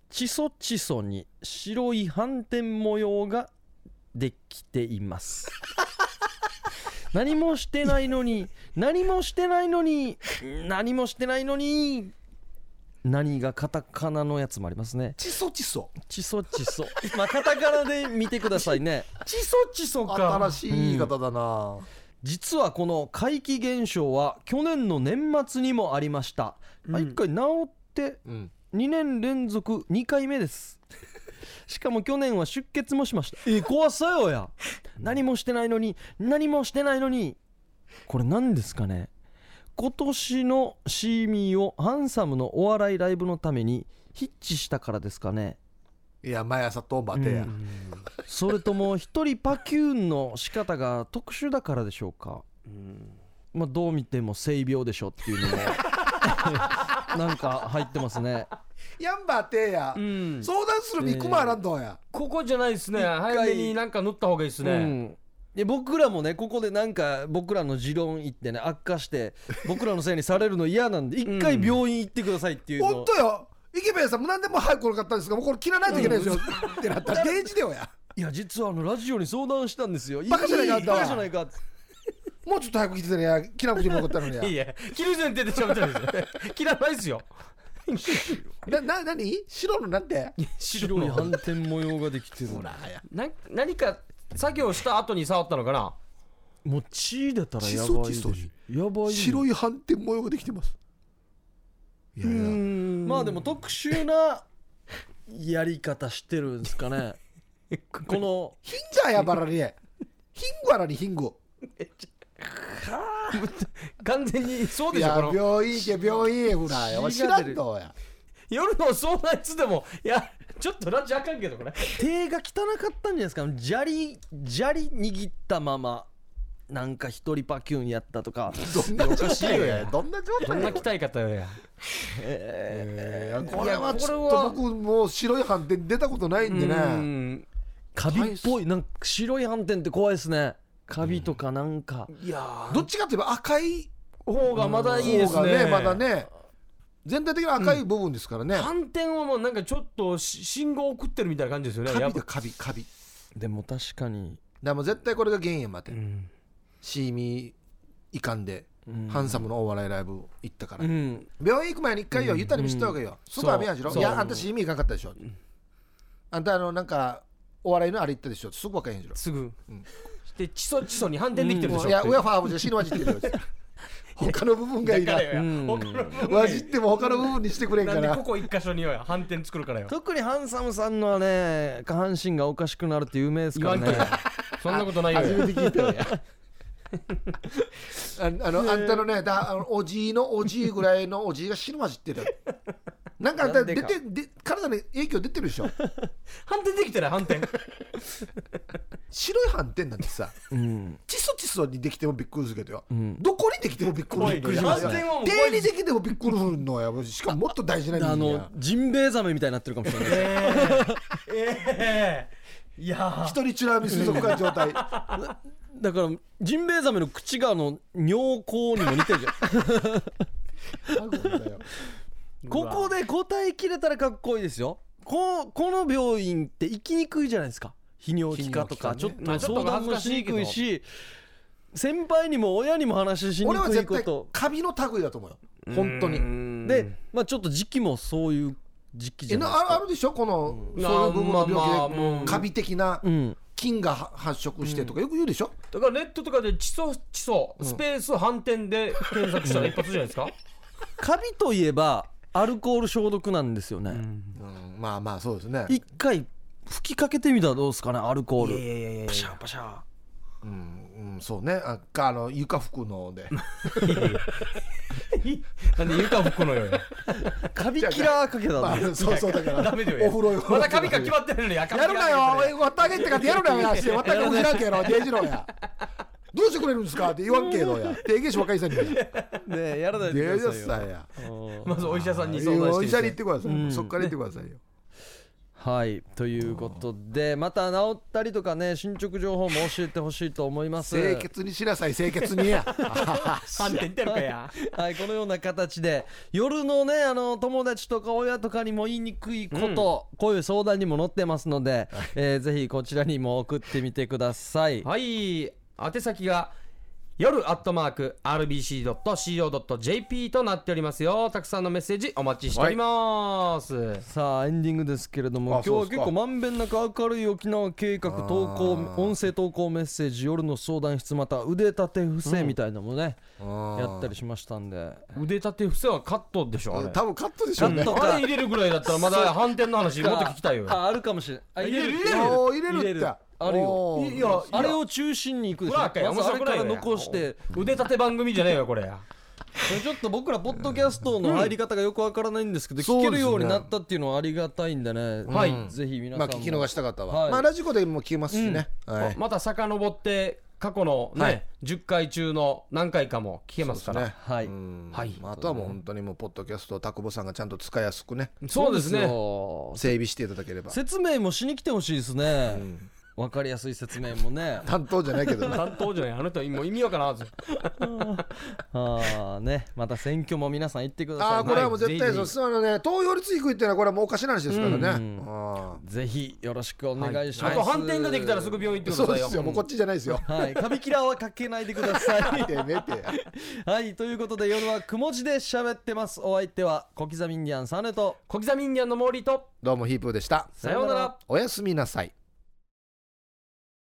Speaker 1: チソチソに白い斑点模様ができています *laughs* 何もしてないのに何もしてないのに何もしてないのに何がカタカナのやつもありますね
Speaker 3: チソチソ
Speaker 1: チソチソまあカタカナで見てくださいね
Speaker 2: チソチソ
Speaker 3: 新しい言い方だな、
Speaker 1: 実はこの怪奇現象は去年の年末にもありました、あ一回治って
Speaker 3: うん
Speaker 1: 2年連続2回目です *laughs* しかも去年は出血もしましたえ怖さよや *laughs* 何もしてないのに何もしてないのにこれ何ですかね今年のシーミーをハンサムのお笑いライブのためにヒッチしたからですかね
Speaker 3: いや毎朝とんばてや、
Speaker 1: うんそれとも一人パキューンの仕方が特殊だからでしょうかまあどう見ても性病でしょって *laughs* いうのもなんか入ってますね
Speaker 3: ヤンバーてや、
Speaker 2: うん。
Speaker 3: 相談するミクマーランドや、
Speaker 2: ここじゃないですね。早めになんか塗った方がいいです
Speaker 1: う
Speaker 2: ね。
Speaker 1: んで僕らもねここでなんか僕らの持論言ってね悪化して僕らのせいにされるの嫌なんで一回病院行ってくださいっていうの
Speaker 3: ほんとよイケメンさんも何でも早く転がったんですがもうこれ切らないといけないですよ、ってな
Speaker 2: *laughs*
Speaker 3: ったらデージだよや
Speaker 1: いや実はあのラジオに相談したんですよ
Speaker 3: バカじゃないかあんた
Speaker 1: バ
Speaker 3: は
Speaker 1: カじゃないかって
Speaker 3: もうちょっと早く来てたらや切らなくてもよかったのにや
Speaker 2: *laughs* いや、切る前提で喋ってるん *laughs* ですよ。切らないですよ。
Speaker 3: なな何白のなんて
Speaker 1: 白い斑点模様ができてる
Speaker 2: な何か作業した後に触ったのかな
Speaker 1: もう血出たらやばいでし
Speaker 3: チソチ
Speaker 1: ょやばいよ
Speaker 3: 白い斑点模様ができてますいやいや
Speaker 1: まあでも特殊なやり方してるんですかねこの
Speaker 3: ヒンジャーやばらりえ。ヒンゴらりヒンゴ。
Speaker 2: 完全にそう
Speaker 3: い
Speaker 2: でしょ
Speaker 3: や
Speaker 2: この、
Speaker 3: 病院行け、病院へほらよ。知らんとや。
Speaker 2: 夜の相談室でもいやちょっとラジあかんけどこれ
Speaker 1: 手が汚かったんじゃないですか砂利砂利握ったままなんか一人パキュンやったとか
Speaker 3: どんな状態よや。 *laughs* どんな状
Speaker 2: ど
Speaker 3: 態
Speaker 2: んな
Speaker 3: よ
Speaker 2: 鍛え方や
Speaker 3: えーこれはちょっと僕もう白い斑点出たことないんでね。
Speaker 1: カビっぽいなんか白い斑点って怖いですねカビとかなんか、
Speaker 3: いやどっちかといえば赤い
Speaker 2: 方がまだいいで
Speaker 3: 方
Speaker 2: す
Speaker 3: が
Speaker 2: ね
Speaker 3: ね、まだね、全体的な赤い部分ですからね。
Speaker 2: 反転はもうなんかちょっとし信号送ってるみたいな感じですよね
Speaker 3: カ
Speaker 2: や
Speaker 3: ビ
Speaker 2: っ
Speaker 3: だ
Speaker 2: ぱ
Speaker 3: カビカビ。だか
Speaker 1: でも確かに、
Speaker 3: らもう絶対これが原因やま
Speaker 2: う
Speaker 3: で。
Speaker 2: ん
Speaker 3: シーミーいかんで、
Speaker 1: うん
Speaker 3: ハンサムのお笑いライブ行ったから
Speaker 1: う。ん
Speaker 3: 病院行く前に一回よ、ゆったり見せたわけよ。すぐ雨やしろ。
Speaker 2: そう
Speaker 3: いや、あんたシーミーいかんかったでしょ。あんたあの、なんか、お笑いのあれ行ったでしょ。すぐわかへんじろ。
Speaker 2: すぐ、
Speaker 3: うん
Speaker 2: でチソチソに反転できてるでしょ、
Speaker 3: いや、ウェファーもじゃ死ぬわじってるよ。他の部分がいい
Speaker 2: だ
Speaker 3: な
Speaker 2: から。よ、
Speaker 1: うん
Speaker 2: 他の部分
Speaker 3: わじっても他の部分にしてくれん
Speaker 2: な
Speaker 3: か
Speaker 2: んで
Speaker 3: ら
Speaker 2: こ。こ一箇所によや反転作るからよ
Speaker 1: 特にハンサムさんのはね下半身がおかしくなるって有名です
Speaker 2: 言
Speaker 1: か
Speaker 2: わ
Speaker 1: ら
Speaker 2: んと
Speaker 1: ね
Speaker 2: よそんなことないよ
Speaker 3: 初めて聞いた
Speaker 2: よ
Speaker 3: ああの、あんたのね、だあのおじいのおじいぐらいのおじいが死ぬわじってる。なんかあんた出てで体に影響出てるでしょ。
Speaker 2: 反転できてない反転
Speaker 3: 白い斑点なんてさ、
Speaker 1: うん
Speaker 3: チソチソにできてもびっくりするけどよ。
Speaker 1: うん
Speaker 3: どこにできてもびっくり
Speaker 2: 怖
Speaker 3: び
Speaker 2: い
Speaker 3: っ
Speaker 2: ね
Speaker 3: くりしますよ
Speaker 2: 安全はもう怖
Speaker 3: 手
Speaker 2: い
Speaker 3: にできてもびっくりするのやしかももっと大事な人
Speaker 1: あ
Speaker 3: 間
Speaker 1: の
Speaker 3: や
Speaker 1: ジンベエザメみたいになってるかもしれない
Speaker 2: ええええいや
Speaker 3: 一人チラ見水族館状態
Speaker 1: だからジンベエザメの口があの尿孔にも似てるじゃんここで答えきれたらかっこいいですよここの病院って行きにくいじゃないですか泌尿器科とか
Speaker 3: 泌
Speaker 1: ちょっ
Speaker 3: 尿
Speaker 2: ねまあ
Speaker 1: と
Speaker 2: ちょ
Speaker 1: 相
Speaker 2: っ
Speaker 1: 談
Speaker 2: と恥ず
Speaker 1: も
Speaker 2: か
Speaker 1: し
Speaker 2: し
Speaker 1: に
Speaker 2: いけど
Speaker 1: くいし先輩にも親にも話ししに
Speaker 3: 俺は
Speaker 1: くい
Speaker 3: 絶
Speaker 1: こ
Speaker 3: 対
Speaker 1: と
Speaker 3: カビの類だと思うよ本当に
Speaker 2: に
Speaker 1: でまあちょっと時期もそういう時期じ
Speaker 3: え
Speaker 1: ゃない
Speaker 3: な
Speaker 1: です
Speaker 3: ああ
Speaker 1: か
Speaker 3: るでしょこの、
Speaker 2: うん
Speaker 3: そういう部分の
Speaker 2: まあま
Speaker 3: 病
Speaker 2: あ
Speaker 3: 気で、
Speaker 2: まあ
Speaker 3: カビ的な
Speaker 1: うん
Speaker 3: 菌が発色してとかよく言うでしょ、
Speaker 2: だからネットとかでチソチソスペース反転で検索したら一発じゃないですか
Speaker 1: カビといえばアルコール消毒なんですよね
Speaker 3: うんまあまあそうですね、
Speaker 1: 一回吹きかけてみたらどうですかねアルコール
Speaker 2: やいやいや
Speaker 1: パシャパシャ
Speaker 3: うんうん、そうねあかあの床服ので
Speaker 2: なんで床拭くのよ
Speaker 1: カビキラーかけた
Speaker 3: ま
Speaker 1: の
Speaker 3: あそうそうだから
Speaker 2: ダメだよ
Speaker 3: お風呂用
Speaker 2: まだ髪が決まってないのにや
Speaker 3: やるなよ、おいわたげってかってやるなよ、やし、わたげも知らんけど、デジロや。どうしてくれるんですかって言わんけどや。提言し若いさんに。
Speaker 1: ねえやらないで
Speaker 3: デ
Speaker 1: くだ
Speaker 3: ジ
Speaker 1: さ
Speaker 3: さ
Speaker 1: い
Speaker 3: ん
Speaker 1: よ
Speaker 3: や。
Speaker 1: うん
Speaker 2: まずお医者さんに相談して
Speaker 3: お医者に行ってくださ
Speaker 1: う
Speaker 3: い。
Speaker 1: ん
Speaker 3: そっから行ってくださいよ。
Speaker 1: はいということでまた治ったりとかね進捗情報も教えてほしいと思います
Speaker 3: 清潔にしなさい、清潔にや。
Speaker 2: 反転ってるかや
Speaker 1: はいこのような形で夜のねあの友達とか親とかにも言いにくいこと、こういう相談にも載ってますので、えーぜひこちらにも送ってみてください
Speaker 2: はい宛先が夜アットマーク RBC.CO.JP となっておりますよたくさんのメッセージお待ちしております、
Speaker 1: さあエンディングですけれども
Speaker 3: あ
Speaker 1: 今日
Speaker 3: そう
Speaker 1: は
Speaker 3: です
Speaker 1: 結
Speaker 3: か
Speaker 1: 構まんべんなく明るい沖縄計画投稿
Speaker 3: あー
Speaker 1: 音声投稿メッセージ夜の相談室また腕立て伏せみたいなのもね、やったりしましたんで
Speaker 2: 腕立て伏せはカットでしょあれ
Speaker 3: 多分カットでしょうね
Speaker 1: カッ。ト
Speaker 2: あれ入れるぐらいだったらまだ反転の話もっと聞きたいよ
Speaker 1: ああるかもしれないあ入れる
Speaker 2: 入れる
Speaker 3: おー入
Speaker 1: 入
Speaker 3: れ
Speaker 1: れ
Speaker 3: るっ
Speaker 1: る
Speaker 3: て。
Speaker 1: あるよ
Speaker 3: おー
Speaker 2: いや
Speaker 1: あれを中心に行くでしょ
Speaker 2: ほらかよ
Speaker 1: まずあれから
Speaker 2: 面白くないよ
Speaker 1: 残して
Speaker 2: 腕立て番組じゃねえよこれ
Speaker 1: これちょっと僕らポッドキャストの入り方がよくわからないんですけど、
Speaker 3: そう
Speaker 1: 聞
Speaker 3: ですね
Speaker 1: けるようになったっていうのはありがたいんでね、
Speaker 2: はい
Speaker 1: ぜひ皆
Speaker 3: ま
Speaker 1: さ
Speaker 3: あ
Speaker 1: んも、
Speaker 3: 聞き逃した方
Speaker 1: は
Speaker 3: は。
Speaker 1: い
Speaker 3: まあラジコでも聞けますしね。はい。
Speaker 2: また遡って過去のね、
Speaker 3: はい
Speaker 2: 10回中の何回かも聞けますから
Speaker 3: ね
Speaker 1: はい
Speaker 3: うん
Speaker 2: はい
Speaker 3: まああとはもう本当にもうポッドキャストを田久保さんがちゃんと使いやすくね
Speaker 2: そうですね
Speaker 1: よ
Speaker 3: 整備していただければ
Speaker 1: 説明もしに来てほしいですねわ、かりやすい説明も
Speaker 2: *laughs*
Speaker 1: ね
Speaker 3: 担当じゃないけどね
Speaker 2: 担当じゃないあの人もう意味わからんはず
Speaker 1: ああねまた選挙も皆さん行ってください
Speaker 3: ああこれはもう絶対
Speaker 2: は
Speaker 3: そ
Speaker 2: いう
Speaker 3: そのね投票率低いっていうのはこれはもうおかしな話ですからね、
Speaker 1: うん
Speaker 3: あ
Speaker 1: ぜひよろしくお願いしま
Speaker 2: あ
Speaker 1: す、
Speaker 2: と反転ができたらすぐ病院
Speaker 3: あ
Speaker 2: 行ってく
Speaker 3: そう
Speaker 2: ださい
Speaker 3: で
Speaker 2: よ
Speaker 3: すよもうこっちじゃないですよ
Speaker 1: はい、カビキラーはかけないでくださ
Speaker 2: *laughs*
Speaker 1: い
Speaker 3: 見て見て
Speaker 1: はい、ということで夜はくも字で喋ってます。お相手は小刻みインディアンサネと。
Speaker 2: 小刻みインディアンの森と
Speaker 3: どうもヒープーでした
Speaker 2: さようなら
Speaker 3: おやすみなさい